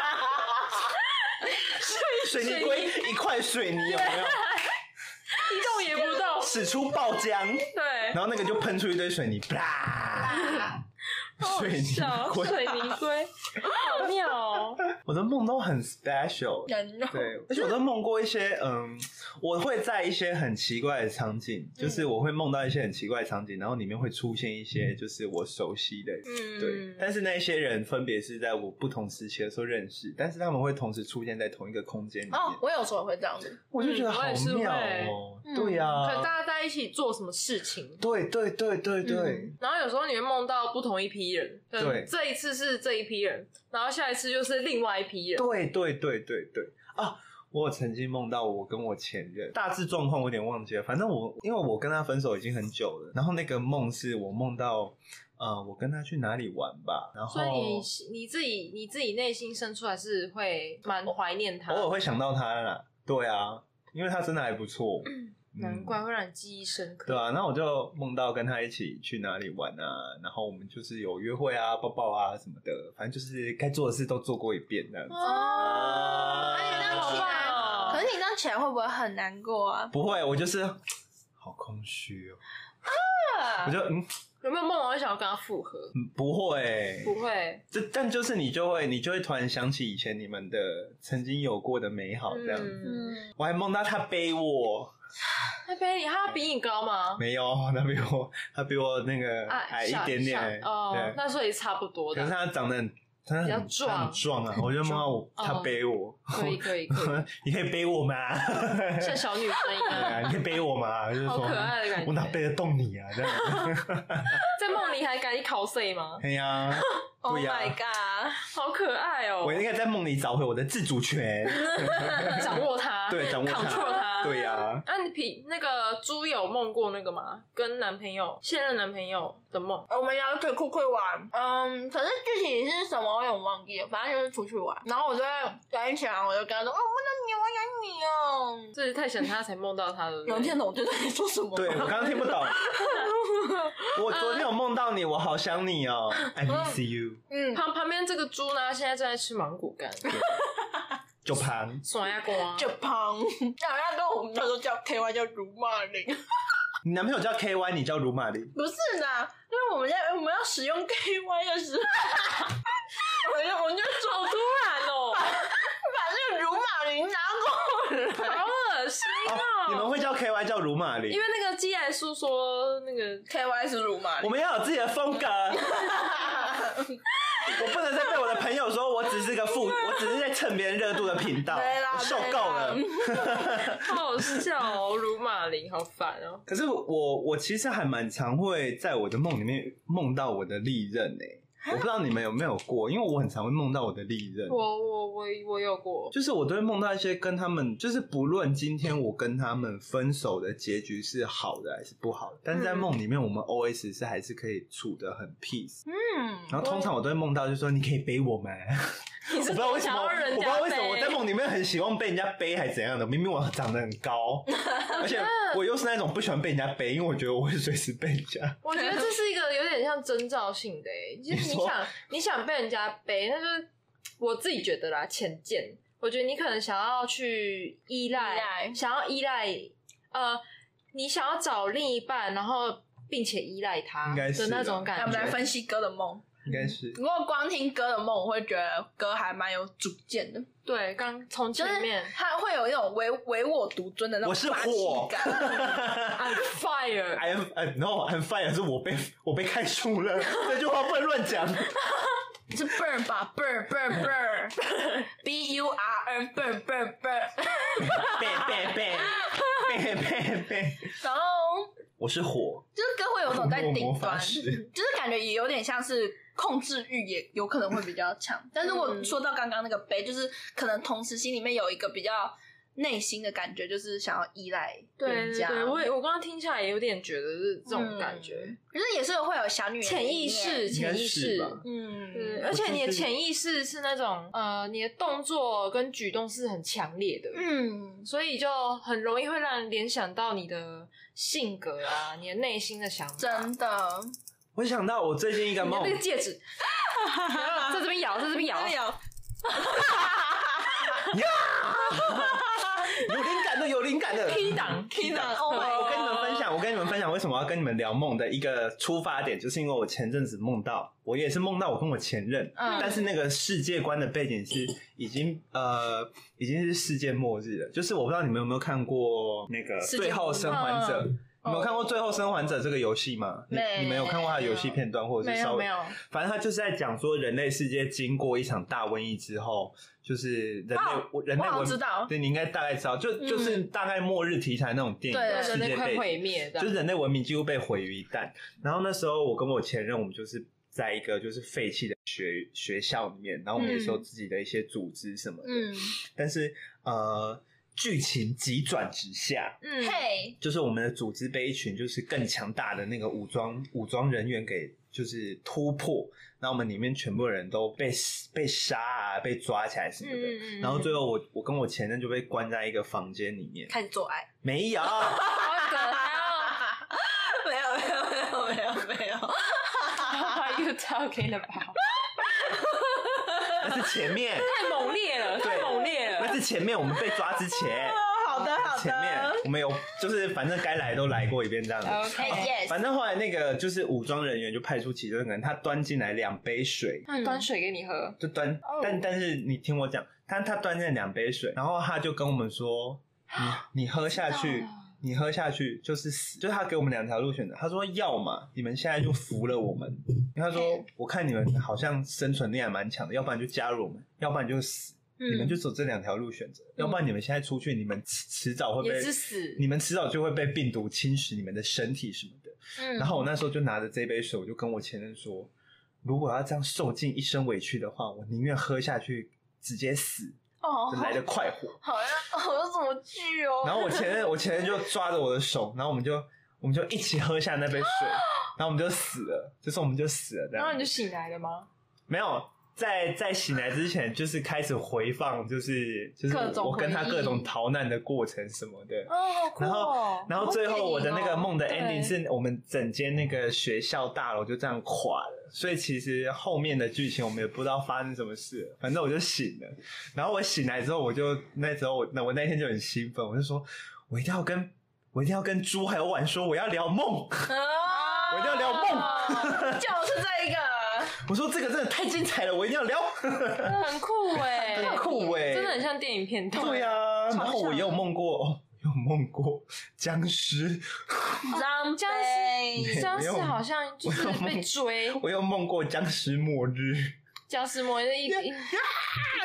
S2: [laughs]
S1: 水水泥龟一块水泥有没有？
S2: 动也不动，
S1: 使出爆浆，
S2: 对，
S1: 然后那个就喷出一堆水泥，啪！水泥
S2: 小
S1: 龟，
S2: 水泥龟，好妙哦！
S1: 我的梦都很 special。
S3: 人肉。
S1: 对，而且我都梦过一些，嗯，我会在一些很奇怪的场景，
S2: 嗯
S1: 就是我会梦到一些很奇怪的场景，然后里面会出现一些就是我熟悉的，
S2: 嗯，
S1: 对。但是那些人分别是在我不同时期的时候认识，但是他们会同时出现在同一个空间里面，
S3: 哦，我有时候也会这样子，
S1: 我就觉得
S2: 嗯
S1: 好
S2: 我也是
S1: 妙
S2: 会
S1: 哦，
S3: 嗯
S1: 对呀、
S2: 可能大家在一起做什么事情，
S1: 对对对对对
S3: 嗯，
S2: 然后有时候你会梦到不同一批人，可能
S1: 对
S2: 这一次是这一批人，然后下一次又是另外一批人，
S1: 对对对对对啊！我有曾经梦到我跟我前任，大致状况我有点忘记了。反正我因为我跟他分手已经很久了，然后那个梦是我梦到，呃，我跟他去哪里玩吧，然
S2: 所以
S1: 后
S2: 你你自己你自己内心深处还是会蛮怀念他，
S1: 偶尔会想到他啦。对啊，因为他真的还不错，
S2: 难
S1: 嗯
S2: 怪会让你记忆深刻。
S1: 对啊，那我就梦到跟他一起去哪里玩啊，然后我们就是有约会啊、抱抱啊什么的，反正就是该做的事都做过一遍这样子。
S2: 哦，
S3: 哎那
S2: 好
S3: 起来
S2: 棒哦
S3: 可是你这样起来会不会很难过啊？
S1: 不会，我就是好空虚哦。 [laughs] 我就嗯
S2: 有没有梦完想要跟他复合？
S1: 嗯不会，
S2: 不会，
S1: 这但就是你就会你就会突然想起以前你们的曾经有过的美好这样子。
S2: 嗯，
S1: 我还梦到他背我，
S2: 他比你，他比你高吗？
S1: 没有， [laughs] 他比我他比我那个
S2: 啊
S1: 哎矮一
S2: 小
S1: 点点，
S2: 小哦，
S1: 对，
S2: 那所以差不多
S1: 可是
S2: 的。
S1: 他长得很他
S2: 比较
S1: 很他
S2: 壮
S1: 很壮
S2: [laughs]
S1: 啊！我就梦到我
S2: 哦
S1: 他背我， [laughs]
S2: 可以可以可
S1: 你可以背我吗？ [laughs]
S2: 以，像小女生一
S1: 对啊
S2: 样，
S1: [laughs] 你可以背我吗？就是
S2: 嗯好
S1: 说
S2: 可爱的感觉。
S1: 我哪背得动你啊？这
S2: [laughs]
S1: 样，
S2: 在梦里还敢你考 C 吗？
S1: 哎呀，
S3: Oh
S1: 对呀
S3: my god！
S2: 好可爱哦、
S1: 我应该在梦里找回我的自主权，
S2: [laughs] 掌握它，
S1: [laughs] 对，掌握
S2: ，control 它。
S1: 对呀，
S2: 那、你平那个猪有梦过那个吗？跟男朋友现任男朋友的梦，
S3: 哦我们要去酷酷玩，嗯，可是具体是什么我有点忘记了，反正就是出去玩。然后我就在早上起来，我就跟他说：“哦，我想你，我想你哦。
S2: 这是太想他才梦到他的。”
S3: 有人听懂我对你说什么吗？
S1: 对我刚刚听不懂。我昨天有梦到你，我好想你哦，I miss you。
S3: 嗯，
S2: 旁旁边这个猪呢，现在正在吃芒果干，
S1: 就盘，
S2: 爽呀瓜。
S3: [laughs] 就胖，那好像跟我们那时候叫 K Y 叫如骂铃，
S1: 你男朋友叫 K Y，你叫如马林，
S3: 不是啦，因为我们在我们要使用 K Y 的时候， [laughs] 我就我们就
S2: 好突然哦、
S3: 把这个如马铃拿过来。
S2: 好恶心
S1: [laughs]
S2: 哦、
S1: 你们会叫 K Y 叫如马林
S2: 因？为那个寄来书说那个
S3: [laughs] K Y 是如马
S1: 我
S3: 铃，
S1: 们要有自己的风格。我不能再被我的朋友说我只是个副，我只是在蹭别人热度的频道，
S3: 对啦
S1: 我受够了
S3: 对。
S2: 好好笑哦、如马林，好烦哦、
S1: 可是我我其实还蛮常会在我的梦里面梦到我的利刃呢、我不知道你们有没有过，因为我很常会梦到我的利刃。
S2: 我我我我有过，
S1: 就是我都会梦到一些跟他们，就是不论今天我跟他们分手的结局是好的还是不好的，但是
S2: 嗯
S1: 在梦里面，我们 always 是还是可以处的很 peace。
S3: 嗯，
S1: 然后通常我都会梦到，就说你可以背我们，
S2: 你
S1: 我
S2: [laughs] 是
S1: 不知道为什
S2: 想
S1: 么，
S2: 要
S1: 我
S2: 人
S1: 不知
S2: 家
S1: 道为什么我
S2: 背
S1: 在梦里面很喜望被人家背，还是怎样的？明明我长得很
S2: [laughs]
S1: 高，而且我又是那种不喜欢被人家背，因为我觉得我会随时被人家。
S2: 我觉得这是一个有点像征兆性的、欸，就
S1: [laughs] 你
S2: 是你
S1: 说
S2: 想你想被人家背，那就是我自己觉得啦，浅见。我觉得你可能想要去依赖，
S3: 依赖
S2: 想要依赖，呃，你想要找另一半，然后并且依赖他
S1: 应该是
S2: 的
S1: 啊
S2: 那种
S3: 那我
S2: 感
S3: 们来
S2: 觉。
S3: 分析哥的梦。
S1: 应该是
S3: 如果光听歌的梦，我会觉得歌还蛮有主见的，
S2: 对，刚从
S3: 就是
S2: 前面
S3: 他会有一种唯唯我独尊的那
S1: 我
S3: 种
S1: 是
S3: 霸气
S1: 火
S3: 感。
S2: I'm fire，
S1: ，I am I no I'm fine，是我被我被开除
S2: [laughs]
S1: 了，这句话不能乱讲。
S3: 你是 burn 吧，burn burn [laughs] burn b u r n burn burn burn。
S1: 背背背背背背，
S3: 然后
S1: 我是火，
S3: 就是歌会有种在
S1: 默
S3: 顶
S1: 默发
S3: 端，
S1: 誓
S3: 就是感觉也有点像是控制欲也有可能会比较强。但是我
S2: 嗯
S3: 说到刚刚那个悲，就是可能同时心里面有一个比较内心的感觉，就是想要依赖
S2: [laughs] 对
S3: 人
S2: 对
S3: 家。
S2: 对，我也我刚刚听下来也有点觉得是这种感觉
S3: 嗯，可是也是会有小女人的
S2: 潜意
S3: 一
S2: 识，
S3: 面，
S1: 应该
S2: 潜意
S1: 是
S2: 识
S1: 吧
S2: 对，
S3: 嗯
S2: 而且你的
S1: 就是
S2: 潜意识是那种呃，你的动作跟举动是很强烈的，
S3: 嗯，
S2: 所以就很容易会让人联想到你的性格啊，你的内心的想法。
S3: 真的。
S1: 我想到我最近一个
S2: 你的
S1: 梦
S2: 那，个戒 [laughs] 指，在这边摇， [laughs] 在这边摇，
S3: 有
S1: 有灵感的，有灵感的。
S2: K 档
S3: K 档，Oh my
S1: 我跟你们分享，我跟你们分享为什么要跟你们聊梦的一个出发点，就是因为我前阵子梦到，我也是梦到我跟我前任，
S3: 嗯
S1: 但是那个世界观的背景是已经呃已经是世界末日了，就是我不知道你们有没有看过那个《
S3: 世界末
S1: 最
S3: 日哦
S1: 后生还者》。你们有看过《最后生还者》这个游戏吗？你
S3: 没
S1: 你们有看过它的游戏片段，或者
S2: 没
S1: 是稍
S2: 有
S1: 微
S2: 没有，
S1: 反正他就是在讲说，人类世界经过一场大瘟疫之后，就是人类、
S3: 哦
S1: 人类
S3: 我好
S1: 文
S3: 像知道嗯
S1: 对你应该大概知道，就、就是大概末日题材那种电影
S3: 对
S1: 的
S2: 人
S1: 世
S2: 类
S1: 界
S2: 快
S1: 背
S2: 毁
S1: 景，
S2: 灭的，
S1: 就是人类文明几乎被毁于一旦。然后那时候我跟我前任，我们就是在一个就是废弃的学学校里面，然后我们也是
S2: 嗯
S1: 有自己的一些组织什么的，
S3: 嗯，
S1: 但是呃，剧情急转直下，
S2: 嗯，
S3: 嘿，
S1: 就是我们的组织被一群就是更强大的那个武装武装人员给就是突破，然后我们里面全部人都被被杀啊，被抓起来什么的。
S2: 嗯嗯
S1: 然后最
S2: [laughs]
S1: 后我我跟我前任就被关在一个房间里面，
S3: 开始做爱。
S1: 没有，
S2: 好可爱哦
S3: [laughs] 没有没有没有没有没有，
S2: What are you talking about？
S1: 那是前面，
S2: 太猛烈了，太
S1: 对
S2: 猛烈了
S1: [laughs] 那，是前面我们被抓之前，
S3: 好的 [laughs] 好
S1: 前面
S3: 的。
S1: 我们有就是反正该来都来过一遍这样子。
S3: 嘿
S2: OK，
S3: yes，
S1: 反正后来那个就是武装人员就派出其中一个人，他端进来两杯水，
S2: 那端水给你喝，
S1: 就端，
S2: 哦
S1: 但但是你听我讲，他他端那两杯水，然后他就跟我们说，你你喝下去
S2: 啊，
S1: 你喝下去就是死，就是他给我们两条路选择。他说要嘛，你们现在就服了我们，因为他
S3: 嗯
S1: 说我看你们好像生存力还蛮强的，要不然就加入我们，要不然就死。你
S3: 嗯
S2: 嗯
S1: 们就走这两条路选择，要不然你们现在出去，你们迟迟早会
S2: 也
S1: 被
S2: 是死。
S1: 你们迟早就会被病毒侵蚀你们的身体什么的。
S2: 嗯
S1: 然后我那时候就拿着这杯水，我就跟我前任说，如果要这样受尽一生委屈的话，我宁愿喝下去直接死，
S3: 哦，
S1: 来的快活。
S3: 好 [laughs] 像好像什么剧哦。
S1: [laughs] 然后我前任，我前任就抓着我的手，然后我们就我们就一起喝下那
S2: [laughs]
S1: 杯水，然后我们就死了，就是我们就死了这
S2: 然后你
S1: 样。
S2: 就醒来了吗？
S1: 没有在在醒来之前，就是开始回放，就是就是
S2: 各种
S1: 我跟他
S2: 回忆
S1: 各种逃难的过程什么的。
S2: 哦，好酷
S1: 然
S2: 哦！
S1: 然后最后我的那个梦的
S2: 好电影哦
S1: ending 是我们整间那个学校大楼就这样垮了，所以其实后面的剧情我们也不知道发生什么事了，反正我就醒了。然后我醒来之后，我就那时候我那我那天就很兴奋，我就说我一定要跟我一定要跟猪还有婉说我要聊梦，
S2: 啊
S1: 我一定要聊梦。
S3: 就是这一个， [laughs]
S1: 我说这个真的太精彩了，我一定要聊。
S2: 很酷哎，
S1: 很酷哎、
S2: 真的很像电影片段。
S1: 对啊。然后我也有梦过，哦，有梦过僵尸。
S3: 张
S2: 僵尸，
S1: 没
S2: 僵尸
S1: 有
S2: 好像就是
S1: 我有梦
S2: 被追，
S1: 我又梦过僵尸末日，
S2: 僵尸魔一一
S1: 啊
S2: 一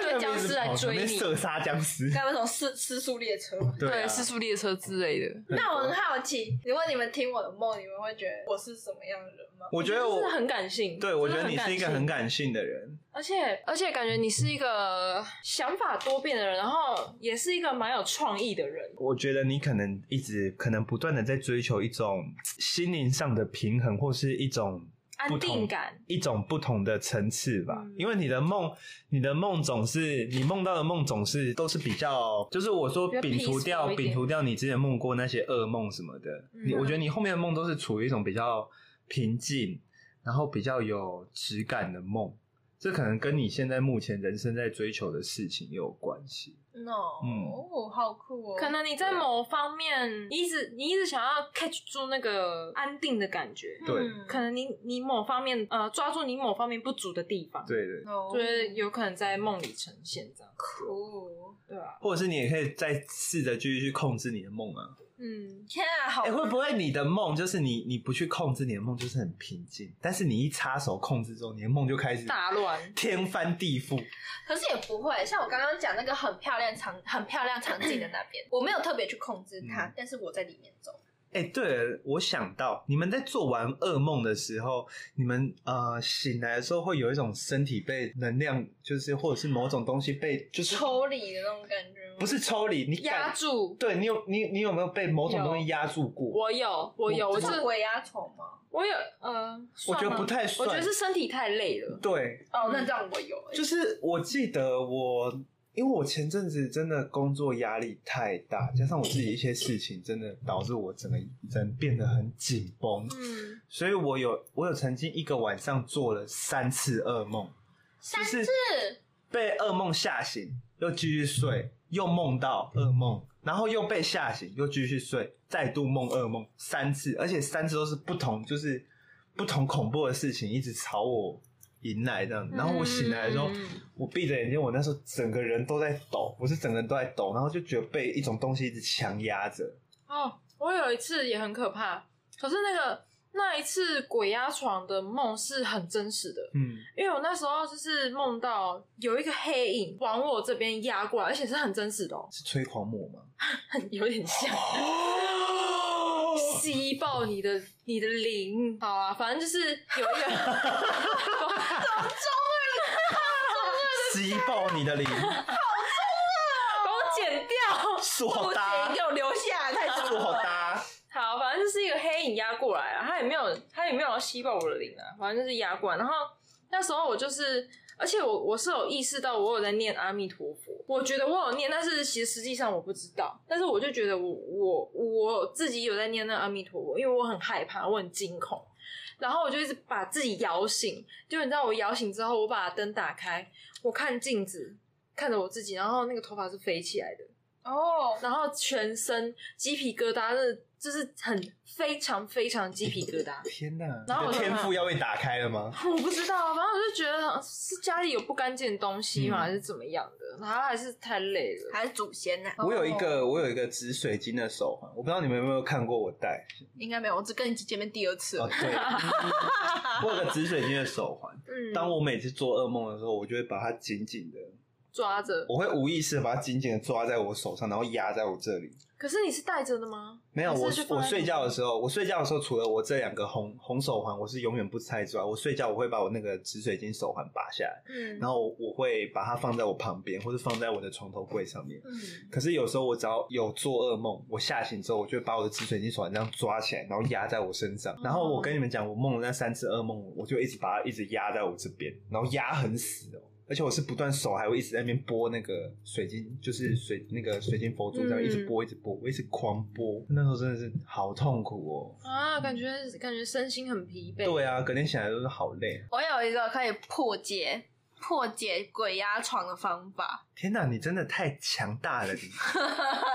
S2: 堆啊僵尸来追你，
S1: 射杀僵尸。
S3: 刚那种失失速列车。
S1: 对啊，
S2: 对，失速列车之类的，
S3: 那我很好奇，如果你们听我的梦，你们会觉得我是什么样的人吗？
S1: 我觉得
S2: 就
S1: 啊我
S2: 是很感性。
S1: 对，
S2: 真的
S1: 我觉得你是一个很感
S2: 感性，
S1: 性的人。
S2: 而且而且感觉你是一个想法多变的人，然后也是一个蛮有创意的人。
S1: 我觉得你可能一直可能不断的在追求一种心灵上的平衡，或是一种
S2: 安
S1: 不同
S2: 定感，
S1: 一种不同的层次吧。
S2: 嗯
S1: 因为你的梦，你的梦总是你梦到的梦总是都是比较，就是我说
S2: 比较
S1: 摒除
S2: peaceful
S1: 掉
S2: 一点
S1: 摒除掉你之前梦过那些噩梦什么的，
S2: 嗯
S1: 你我觉得你后面的梦都是处于一种比较平静，然后比较有质感的梦。这可能跟你现在目前人生在追求的事情也有关系。
S3: No，、
S1: 嗯
S3: 哦，好酷哦！
S2: 可能你在某方面，你一直你一直想要 catch 住那个安定的感觉，
S1: 对
S3: 嗯
S2: 可能你你某方面呃抓住你某方面不足的地方，
S1: 对的，
S3: 哦
S2: 所以有可能在梦里呈现这样，
S1: 哦
S3: 酷。
S2: 对啊，
S1: 或者是你也可以再试着继续去控制你的梦啊。
S2: 嗯，
S3: 天啊，好
S1: 哎、会不会你的梦就是你你不去控制你的梦就是很平静，但是你一插手控制之后，你的梦就开始
S2: 大乱，
S1: 天翻地覆。
S3: 可是也不会，像我刚刚讲那个很漂亮场、很漂亮场景的那
S1: [coughs]
S3: 边，我没有特别去控制它，
S1: 嗯
S3: 但是我在里面走。
S1: 哎、对了，我想到你们在做完噩梦的时候，你们呃醒来的时候会有一种身体被能量，就是或者是某种东西被就是
S3: 抽离的那种感觉吗？
S1: 不是抽离，你
S2: 压
S1: 感
S2: 住。
S1: 对你有你你有没有被某种东西压住过？
S2: 我有，我有，我
S3: 我
S2: 是
S3: 是鬼压床吗？
S2: 我有，呃，
S1: 我
S2: 算
S1: 觉得
S2: 吗
S1: 不太算
S2: 我觉得是身体太累
S1: [laughs]
S2: 了，
S1: 对，
S3: 哦，那这样我有、欸，
S1: 就是我记得我，因为我前阵子真的工作压力太大，加上我自己一些事情，真的导致我整个人变得很紧绷，
S2: 嗯，
S1: 所以我有我有曾经一个晚上做了三次噩梦，
S3: 三
S1: 就
S3: 次
S1: 是被噩梦吓醒，又继续睡，又梦到噩梦，然后又被吓醒，又继续睡，再度梦噩梦三次，而且三次都是不同，就是不同恐怖的事情一直朝我迎来这样。然后我醒来的时候，
S2: 嗯
S1: 我闭着眼睛，我那时候整个人都在抖，我是整个人都在抖，然后就觉得被一种东西一直强压着。
S2: 哦，我有一次也很可怕，可是那个那一次鬼压床的梦是很真实的，
S1: 嗯，
S2: 因为我那时候就是梦到有一个黑影往我这边压过来，而且是很真实的哦，
S1: 是催狂魔吗？
S2: 有点像
S1: 哦
S2: 哦吸爆你的你的灵。好啊，反正就是有
S1: [laughs]
S2: 一个，
S1: [laughs] 吸爆你的灵，
S2: 把我剪掉。
S1: 硕搭
S3: 给我留下来，太
S1: [laughs]
S3: 丑
S1: 硕
S3: 了。
S1: 搭，
S2: 好，反正就是一个黑影压过来啊，他也没有，他也没有要吸爆我的灵啊，反正就是压过来。然后那时候我就是，而且我我是有意识到我有在念阿弥陀佛，我觉得我有念，但是其实实际上我不知道，但是我就觉得我我我自己有在念那阿弥陀佛，因为我很害怕，我很惊恐。然后我就一直把自己摇醒，就你知道我摇醒之后，我把灯打开，我看镜子，看着我自己，然后那个头发是飞起来的，
S3: 哦，
S2: 然后全身鸡皮疙瘩，那就是很非常非常鸡皮疙瘩。 [laughs]
S1: 天哪！你
S2: 然后
S1: 的
S2: 我就
S1: 天赋要被打开了吗？
S2: 我不知道，反正我就觉得是家里有不干净的东西嘛，
S1: 嗯
S2: 还是怎么样的，然后还是太累了。
S5: 还是祖先呢、
S1: 啊
S3: 哦
S2: 哦
S1: 我有一个，我有一个紫水晶的手环，我不知道你们有没有看过我戴。
S3: 应该没有，我只跟你见面第二次
S1: 哦，
S3: 了。
S1: 对，
S2: [laughs]
S1: 我有个紫水晶的手环。
S2: 嗯，
S1: 当我每次做噩梦的时候，我就会把它紧紧的，
S2: 抓着，
S1: 我会无意识地把它紧紧的抓在我手上，然后压在我这里。
S2: 可是你是带着的吗？
S1: 没有，我
S2: 还是就放
S1: 我
S2: 在
S1: 睡觉的时候，我睡觉的时候，除了我这两个红红手环，我是永远不拆之外，我睡觉我会把我那个紫水晶手环拔下来，
S2: 嗯
S1: 然后我我会把它放在我旁边，或是放在我的床头柜上面。
S2: 嗯，
S1: 可是有时候我只要有做噩梦，我吓醒之后，我就会把我的紫水晶手环这样抓起来，然后压在我身上。然后我跟你们讲，我梦了那三次噩梦，我就一直把它一直压在我这边，然后压很死哦。而且我是不断手还会一直在那边拨那个水晶，就是水那个水晶佛珠，这样
S2: 嗯
S1: 一直拨一直拨，我一直狂拨。那时候真的是好痛苦哦。
S2: 啊，感觉感觉身心很疲惫。
S1: 对啊，隔天醒来都是好累。
S3: 我有一个可以破解破解鬼压床的方法， [laughs]
S1: 天哪，你真的太强大了，你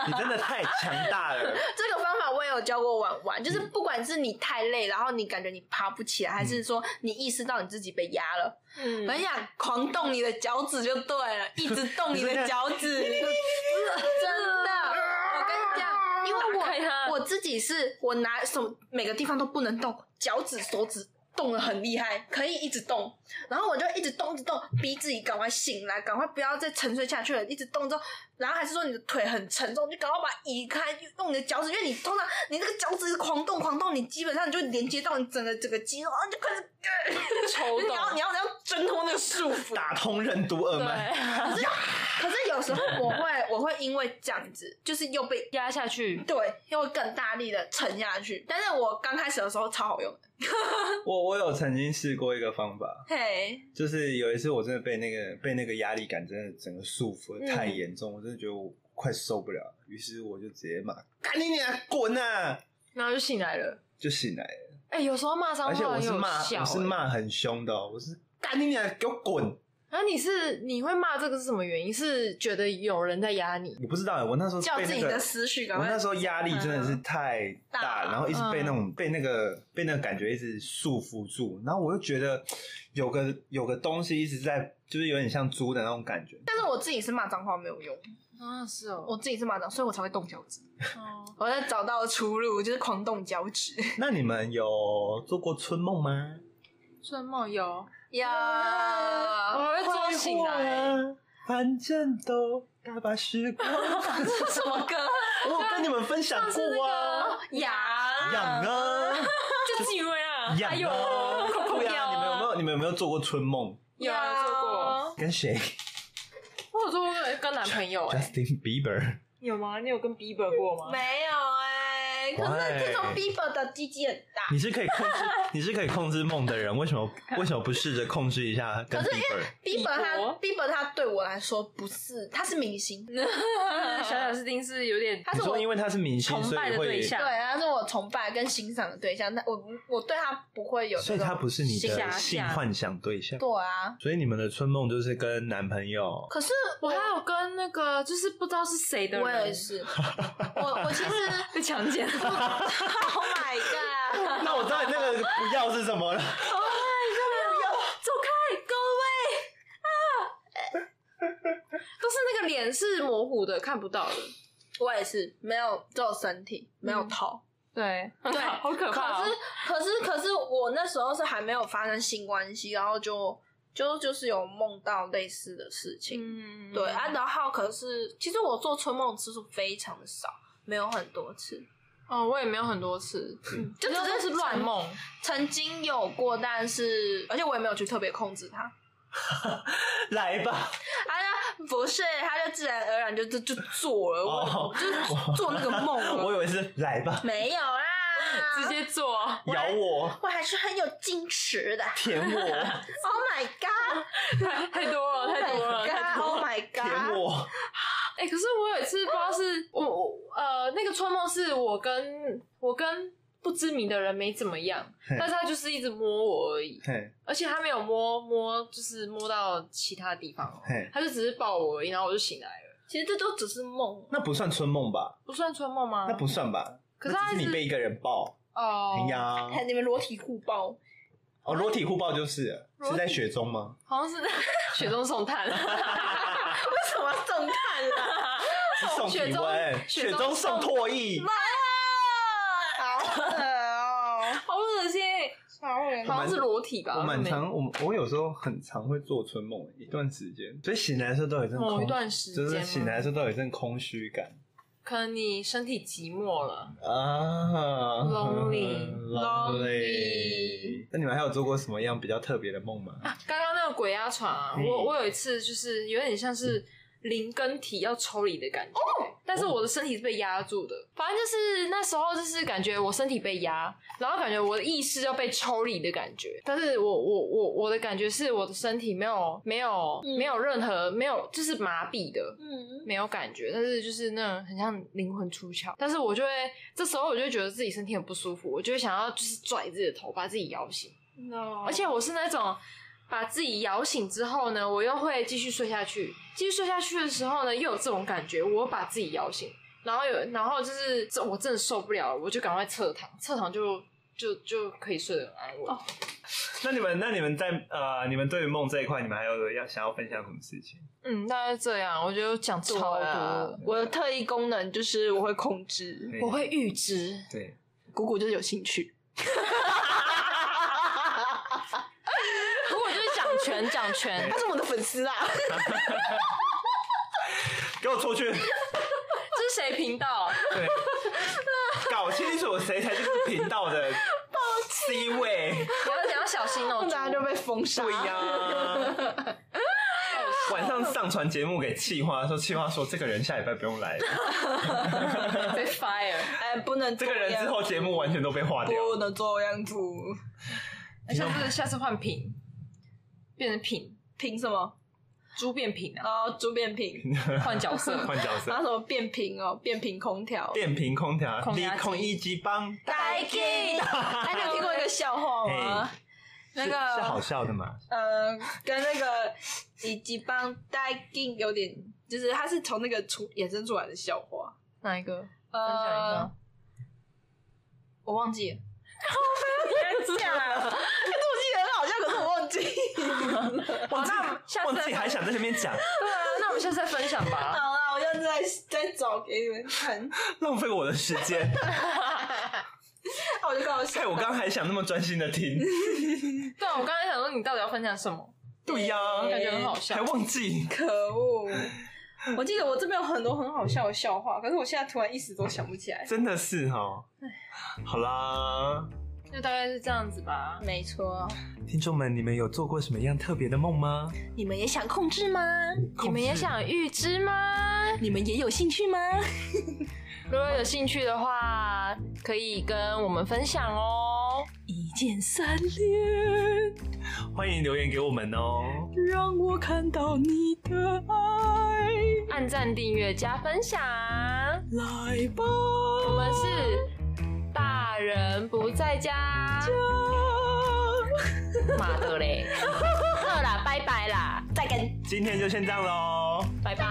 S1: 你真的太强大了。
S3: 这个方法我也有教过婉婉，就是不管是你太累，然后你感觉你爬不起来，还是说你意识到你自己被压了，
S2: 嗯，
S3: 很想狂动你的脚趾就对了，一直动你的脚趾，真的，我跟你讲，因为
S2: 打开它
S3: 我我自己是我拿手每个地方都不能动，脚趾、手指动的很厉害，可以一直动，然后我就一直动，一直动，逼自己赶快醒来，赶快不要再沉睡下去了，一直动之后，然后还是说你的腿很沉重，就赶快把它移开，用你的脚趾，因为你通常你那个脚趾狂动狂动，你基本上你就连接到你整个整个肌肉，啊，就开始，
S2: 抽
S3: 你要
S2: 动
S3: 你。 [laughs] 要你要挣脱那个束缚，
S1: 打通任督二脉，
S2: 对，
S3: 可是有时候我会，我会因为这样子，就是又被
S2: 压下去。
S3: 对，又会更大力的沉下去。但是我刚开始的时候超好用的，
S1: 我我有曾经试过一个方法，
S3: 嘿，
S1: 就是有一次我真的被那个被那个压力感真的整个束缚得
S3: 嗯
S1: 太严重，我真的觉得我快受不了，于是我就直接骂：“赶紧你娘滚啊
S2: 然后就醒来了。！”
S1: 就醒来了，
S2: 哎、有时候骂脏
S1: 而且
S3: 哦
S2: 话
S1: 我
S2: 很
S1: 是
S2: 有
S1: 骂，
S2: 效、
S1: 我是
S3: 欸
S2: 哎
S1: 骂很凶的哦、我是赶紧你娘给我滚！
S2: 然后你是你会骂这个是什么原因？是觉得有人在压你？
S1: 我不知道、欸我那时候
S3: 叫
S1: 被
S3: 自
S1: 那
S3: 己
S1: 个
S3: 的，思绪赶
S1: 我那
S3: 快。
S1: 时候压力真的是太大，
S3: 嗯大
S1: 然后一直被
S2: 嗯
S1: 那种被那个被那个感觉一直束缚住，然后我又觉得有个有个东西一直在，就是有点像猪的那种感觉，
S3: 但是我自己是骂脏话没有用，
S2: 啊，是哦，
S3: 我自己是骂脏，所以我才会动脚趾。
S2: 哦
S3: 我在找到出路，就是狂动脚趾。
S1: 那你们有做过春梦吗？
S2: 春梦游，
S3: 呀
S2: 我会抓醒来。，
S1: 反正都大把时
S2: [laughs]
S1: 光。我
S3: 这是什么歌？
S1: 有跟你们分享
S2: 上次
S1: 过
S2: 那
S1: 啊，
S2: 个
S3: [laughs] 呀
S1: 痒啊，
S2: [laughs] 就自以为啊，
S1: 痒
S2: 哎呦，
S1: 啊，对
S2: 掉
S1: 啊，你
S2: 啊
S1: 们有没有你们有没有做过春梦？
S2: 有啊做过，
S1: 跟谁
S2: 我有做过跟男朋友、哎，
S1: [laughs] ？Justin Bieber。
S2: 有吗？你有跟 Bieber 过吗？
S3: 没有哎、可是这种 Bieber 的鸡鸡很大，
S1: [laughs] 你是可以
S2: [laughs]
S1: 控制，你是可以控制梦的人，为什么为什么不试着控制一下跟 Bieber？
S3: Bieber 他
S2: 比伯
S3: Bieber 他对我来说不是，他是
S2: [laughs]
S3: 明星，
S2: 嗯小小斯汀是有点
S3: 他
S1: 你
S3: 是我
S1: 说因为他是明星，
S2: 崇
S1: 所
S2: 拜
S1: 以
S2: 的对
S1: 会，
S2: 象，
S3: 对，他是我崇拜跟欣赏的对象，但我不我对他不会有那
S1: 所
S3: 种，
S1: 以他不是你
S2: 下
S1: 的
S2: 下
S1: 性幻想对象。
S3: 对啊。
S1: 所以你们的春梦就是跟男朋友，
S3: 可是
S2: [laughs] 我
S3: 我
S2: 还有跟那个就是不知道是谁的人，
S3: 我
S2: [laughs]
S3: 也是，我我
S1: [laughs]
S3: 其实
S2: 被强奸了，
S3: ，Oh my god，
S1: 那我知道你那个不要是什么了。
S2: [laughs] 走开，各位啊！ [laughs] 都是那个脸是模糊的，看不到的。
S3: 我也是没有只有身体没有头，
S2: 对，对， [laughs] 好嗯可怕、
S3: 可
S2: 哦。
S3: 是可是可是我那时候是还没有发生性关系，然后就就就是有梦到类似的事情，
S2: 嗯
S3: 对啊，然后可是其实我做春梦次数非常的少，没有很多次，
S2: 哦，我也没有很多次，
S3: 就只
S2: 那都嗯是啊乱梦。
S3: 曾经有过，但是而且我也没有去特别控制它，
S1: [laughs] 来吧，
S3: 啊，不是，他就自然而然就就就做了，我
S1: 哦
S3: 我就是做那个梦
S1: 我
S2: 啊
S3: 了，
S1: 以为是来吧，
S3: 没有啦，
S2: 直接做，
S1: 咬我，
S3: 我还是很有矜持的。
S1: 舔我，
S2: [laughs]
S3: Oh my god！
S2: 太 [laughs] 太多
S4: Oh
S3: Oh
S2: 了，太多了，太多了。
S3: o h Oh my
S1: [laughs] 舔
S3: [laughs] god！
S1: 我，
S2: 哎、可是我有一次不知
S4: [laughs]
S2: 道是我我呃那个春梦是我跟我跟不知名的人没怎么样，
S1: 嘿
S2: 但是他就是一直摸我而已，
S1: 嘿，
S2: 而且他没有摸摸就是摸到其他地方哦，
S1: 嘿，
S2: 他就只是抱我而已，然后我就醒来了。
S4: 其实这都只是梦。啊
S1: 那不算春梦吧？
S2: 不算春梦吗？
S1: 那不算吧？
S2: 可是他
S1: 那只是你
S2: 是
S1: 被一个人抱，
S2: 哦，
S1: 哎呀，
S4: 还有你们裸体互抱，
S1: 哦，裸体互抱就是了
S2: 裸体
S1: 是在雪中
S2: [laughs]
S1: 吗？
S2: 好像
S1: [laughs]
S2: 是雪中送炭，
S4: 为什么要重看啦？
S3: [laughs]
S1: 是送体温，雪
S2: 雪中
S1: 中送唾液，
S3: 哎
S4: 好恶
S2: [laughs]
S4: 哦，
S2: 好恶心，欸
S4: 好恶
S2: 好像是裸体吧？
S1: 我蛮
S2: 没
S1: 常，我我有时候很常会做春梦一段时间，所以醒来的时候都有一阵
S2: 某
S1: 空
S2: 哦一，段时间
S1: 就
S2: 吗，
S1: 是醒来的时候都有一阵空虚感
S2: 可能你身体寂寞了，
S1: 啊
S2: Lonely
S1: lonely。那你们还有做过什么样比较特别的梦吗？
S2: 啊刚刚那个鬼压床啊，
S1: 嗯
S2: 我我有一次就是有点像是灵跟体要抽离的感觉，但是我的身体是被压住的。反正就是那时候就是感觉我身体被压，然后感觉我的意识要被抽离的感觉。但是我我我我的感觉是我的身体没有没有
S4: 嗯
S2: 没有任何没有就是麻痹的，
S4: 嗯，
S2: 没有感觉，但是就是那种很像灵魂出窍。但是我就会这时候我就会觉得自己身体很不舒服，我就会想要就是拽自己的头把自己摇醒，而且我是那种把自己摇醒之后呢，我又会继续睡下去，继续睡下去的时候呢，又有这种感觉，我又把自己摇醒，然后有然后就是这我真的受不了了，我就赶快侧躺，侧躺就就就可以睡得很安稳。
S1: 那你们，那你们在呃，你们对于梦这一块，你们还有要想要分享什么事情？
S2: 嗯，大概这样，我觉得讲超多，
S3: 啊，我的特异功能就是我会控制，
S1: 对
S2: 我会预知。
S1: 对，
S3: 姑姑就是有
S1: [laughs]
S3: 兴趣。
S2: [laughs] 如果就是讲权，讲权
S3: 他是我的粉丝啊，
S1: 给我出去！
S2: 这是谁频道？
S1: 对，搞清楚谁才是频道的 C 位。
S2: 你要你要小心 [laughs] 哦、
S3: 大家
S2: 猪
S3: 就被封杀。
S1: 对呀、晚上上传节目给气话，说气话说这个人下礼拜不用来了，
S2: [laughs] 被 fire。
S3: 哎，不能
S1: 这个人之后节目完全都被划掉。
S3: 不能这样子，
S2: 下次下次换品，变成品，
S3: 凭什么？
S2: 猪变品啊，
S3: 哦，猪变频，
S1: [laughs]
S2: 换角色。
S1: 换角
S3: 然后
S1: 色，
S3: 什么变频哦，变频空调。
S1: 电瓶空调，
S2: 空
S1: 你
S2: 压机
S1: 空一级棒，
S3: 呆劲！哎，你有听过一个笑
S1: [laughs]
S3: 话吗？那
S1: 哎是是好
S3: 个
S1: 笑的
S2: [laughs]
S1: 嘛？
S3: 呃，跟那个以及帮呆劲有点，就是它是从那个出衍生出来的笑话。
S2: 哪一个？分享一
S3: 呃
S2: 个，。
S3: 我忘记了，
S2: 讲啊！
S3: 可是我记得很好笑，可是我忘 [laughs] 记。
S1: 忘记
S2: 下次
S1: 忘记还想在那边
S2: [laughs]
S1: 讲，
S2: 对啊，那我们下次再分享
S3: 好
S2: 吧。
S3: 了，我就再再找给你们看。
S1: 浪费我的时间。
S3: 那我就跟我笑
S1: 害哎我刚还想那么专心的听，
S2: [laughs] 对啊，我刚才想说你到底要分享什么，
S1: 对呀、
S3: 呃
S2: 感觉很好笑
S1: 还。忘记。
S3: 可恶！我记得我这边有很多很好笑的笑话，可是我现在突然一时都想不起来。
S1: 真的是哈，好啦，
S2: 就大概是这样子吧。
S3: 没错，
S1: 听众们，你们有做过什么样特别的梦吗？
S3: 你们也想控制吗？
S2: 你们也想预知吗？
S3: 你们也有兴趣吗？
S2: [laughs] 如果有兴趣的话，可以跟我们分享哦。
S3: 一键三连，
S1: 欢迎留言给我们哦。
S3: 让我看到你的爱，
S2: 按赞、订阅、加分享。
S3: 来吧，
S2: 我们是大人不在家，
S3: [laughs]
S2: 妈的嘞！饿啦，拜拜啦，
S3: 再跟
S1: 今天就先这样喽。
S2: 拜拜。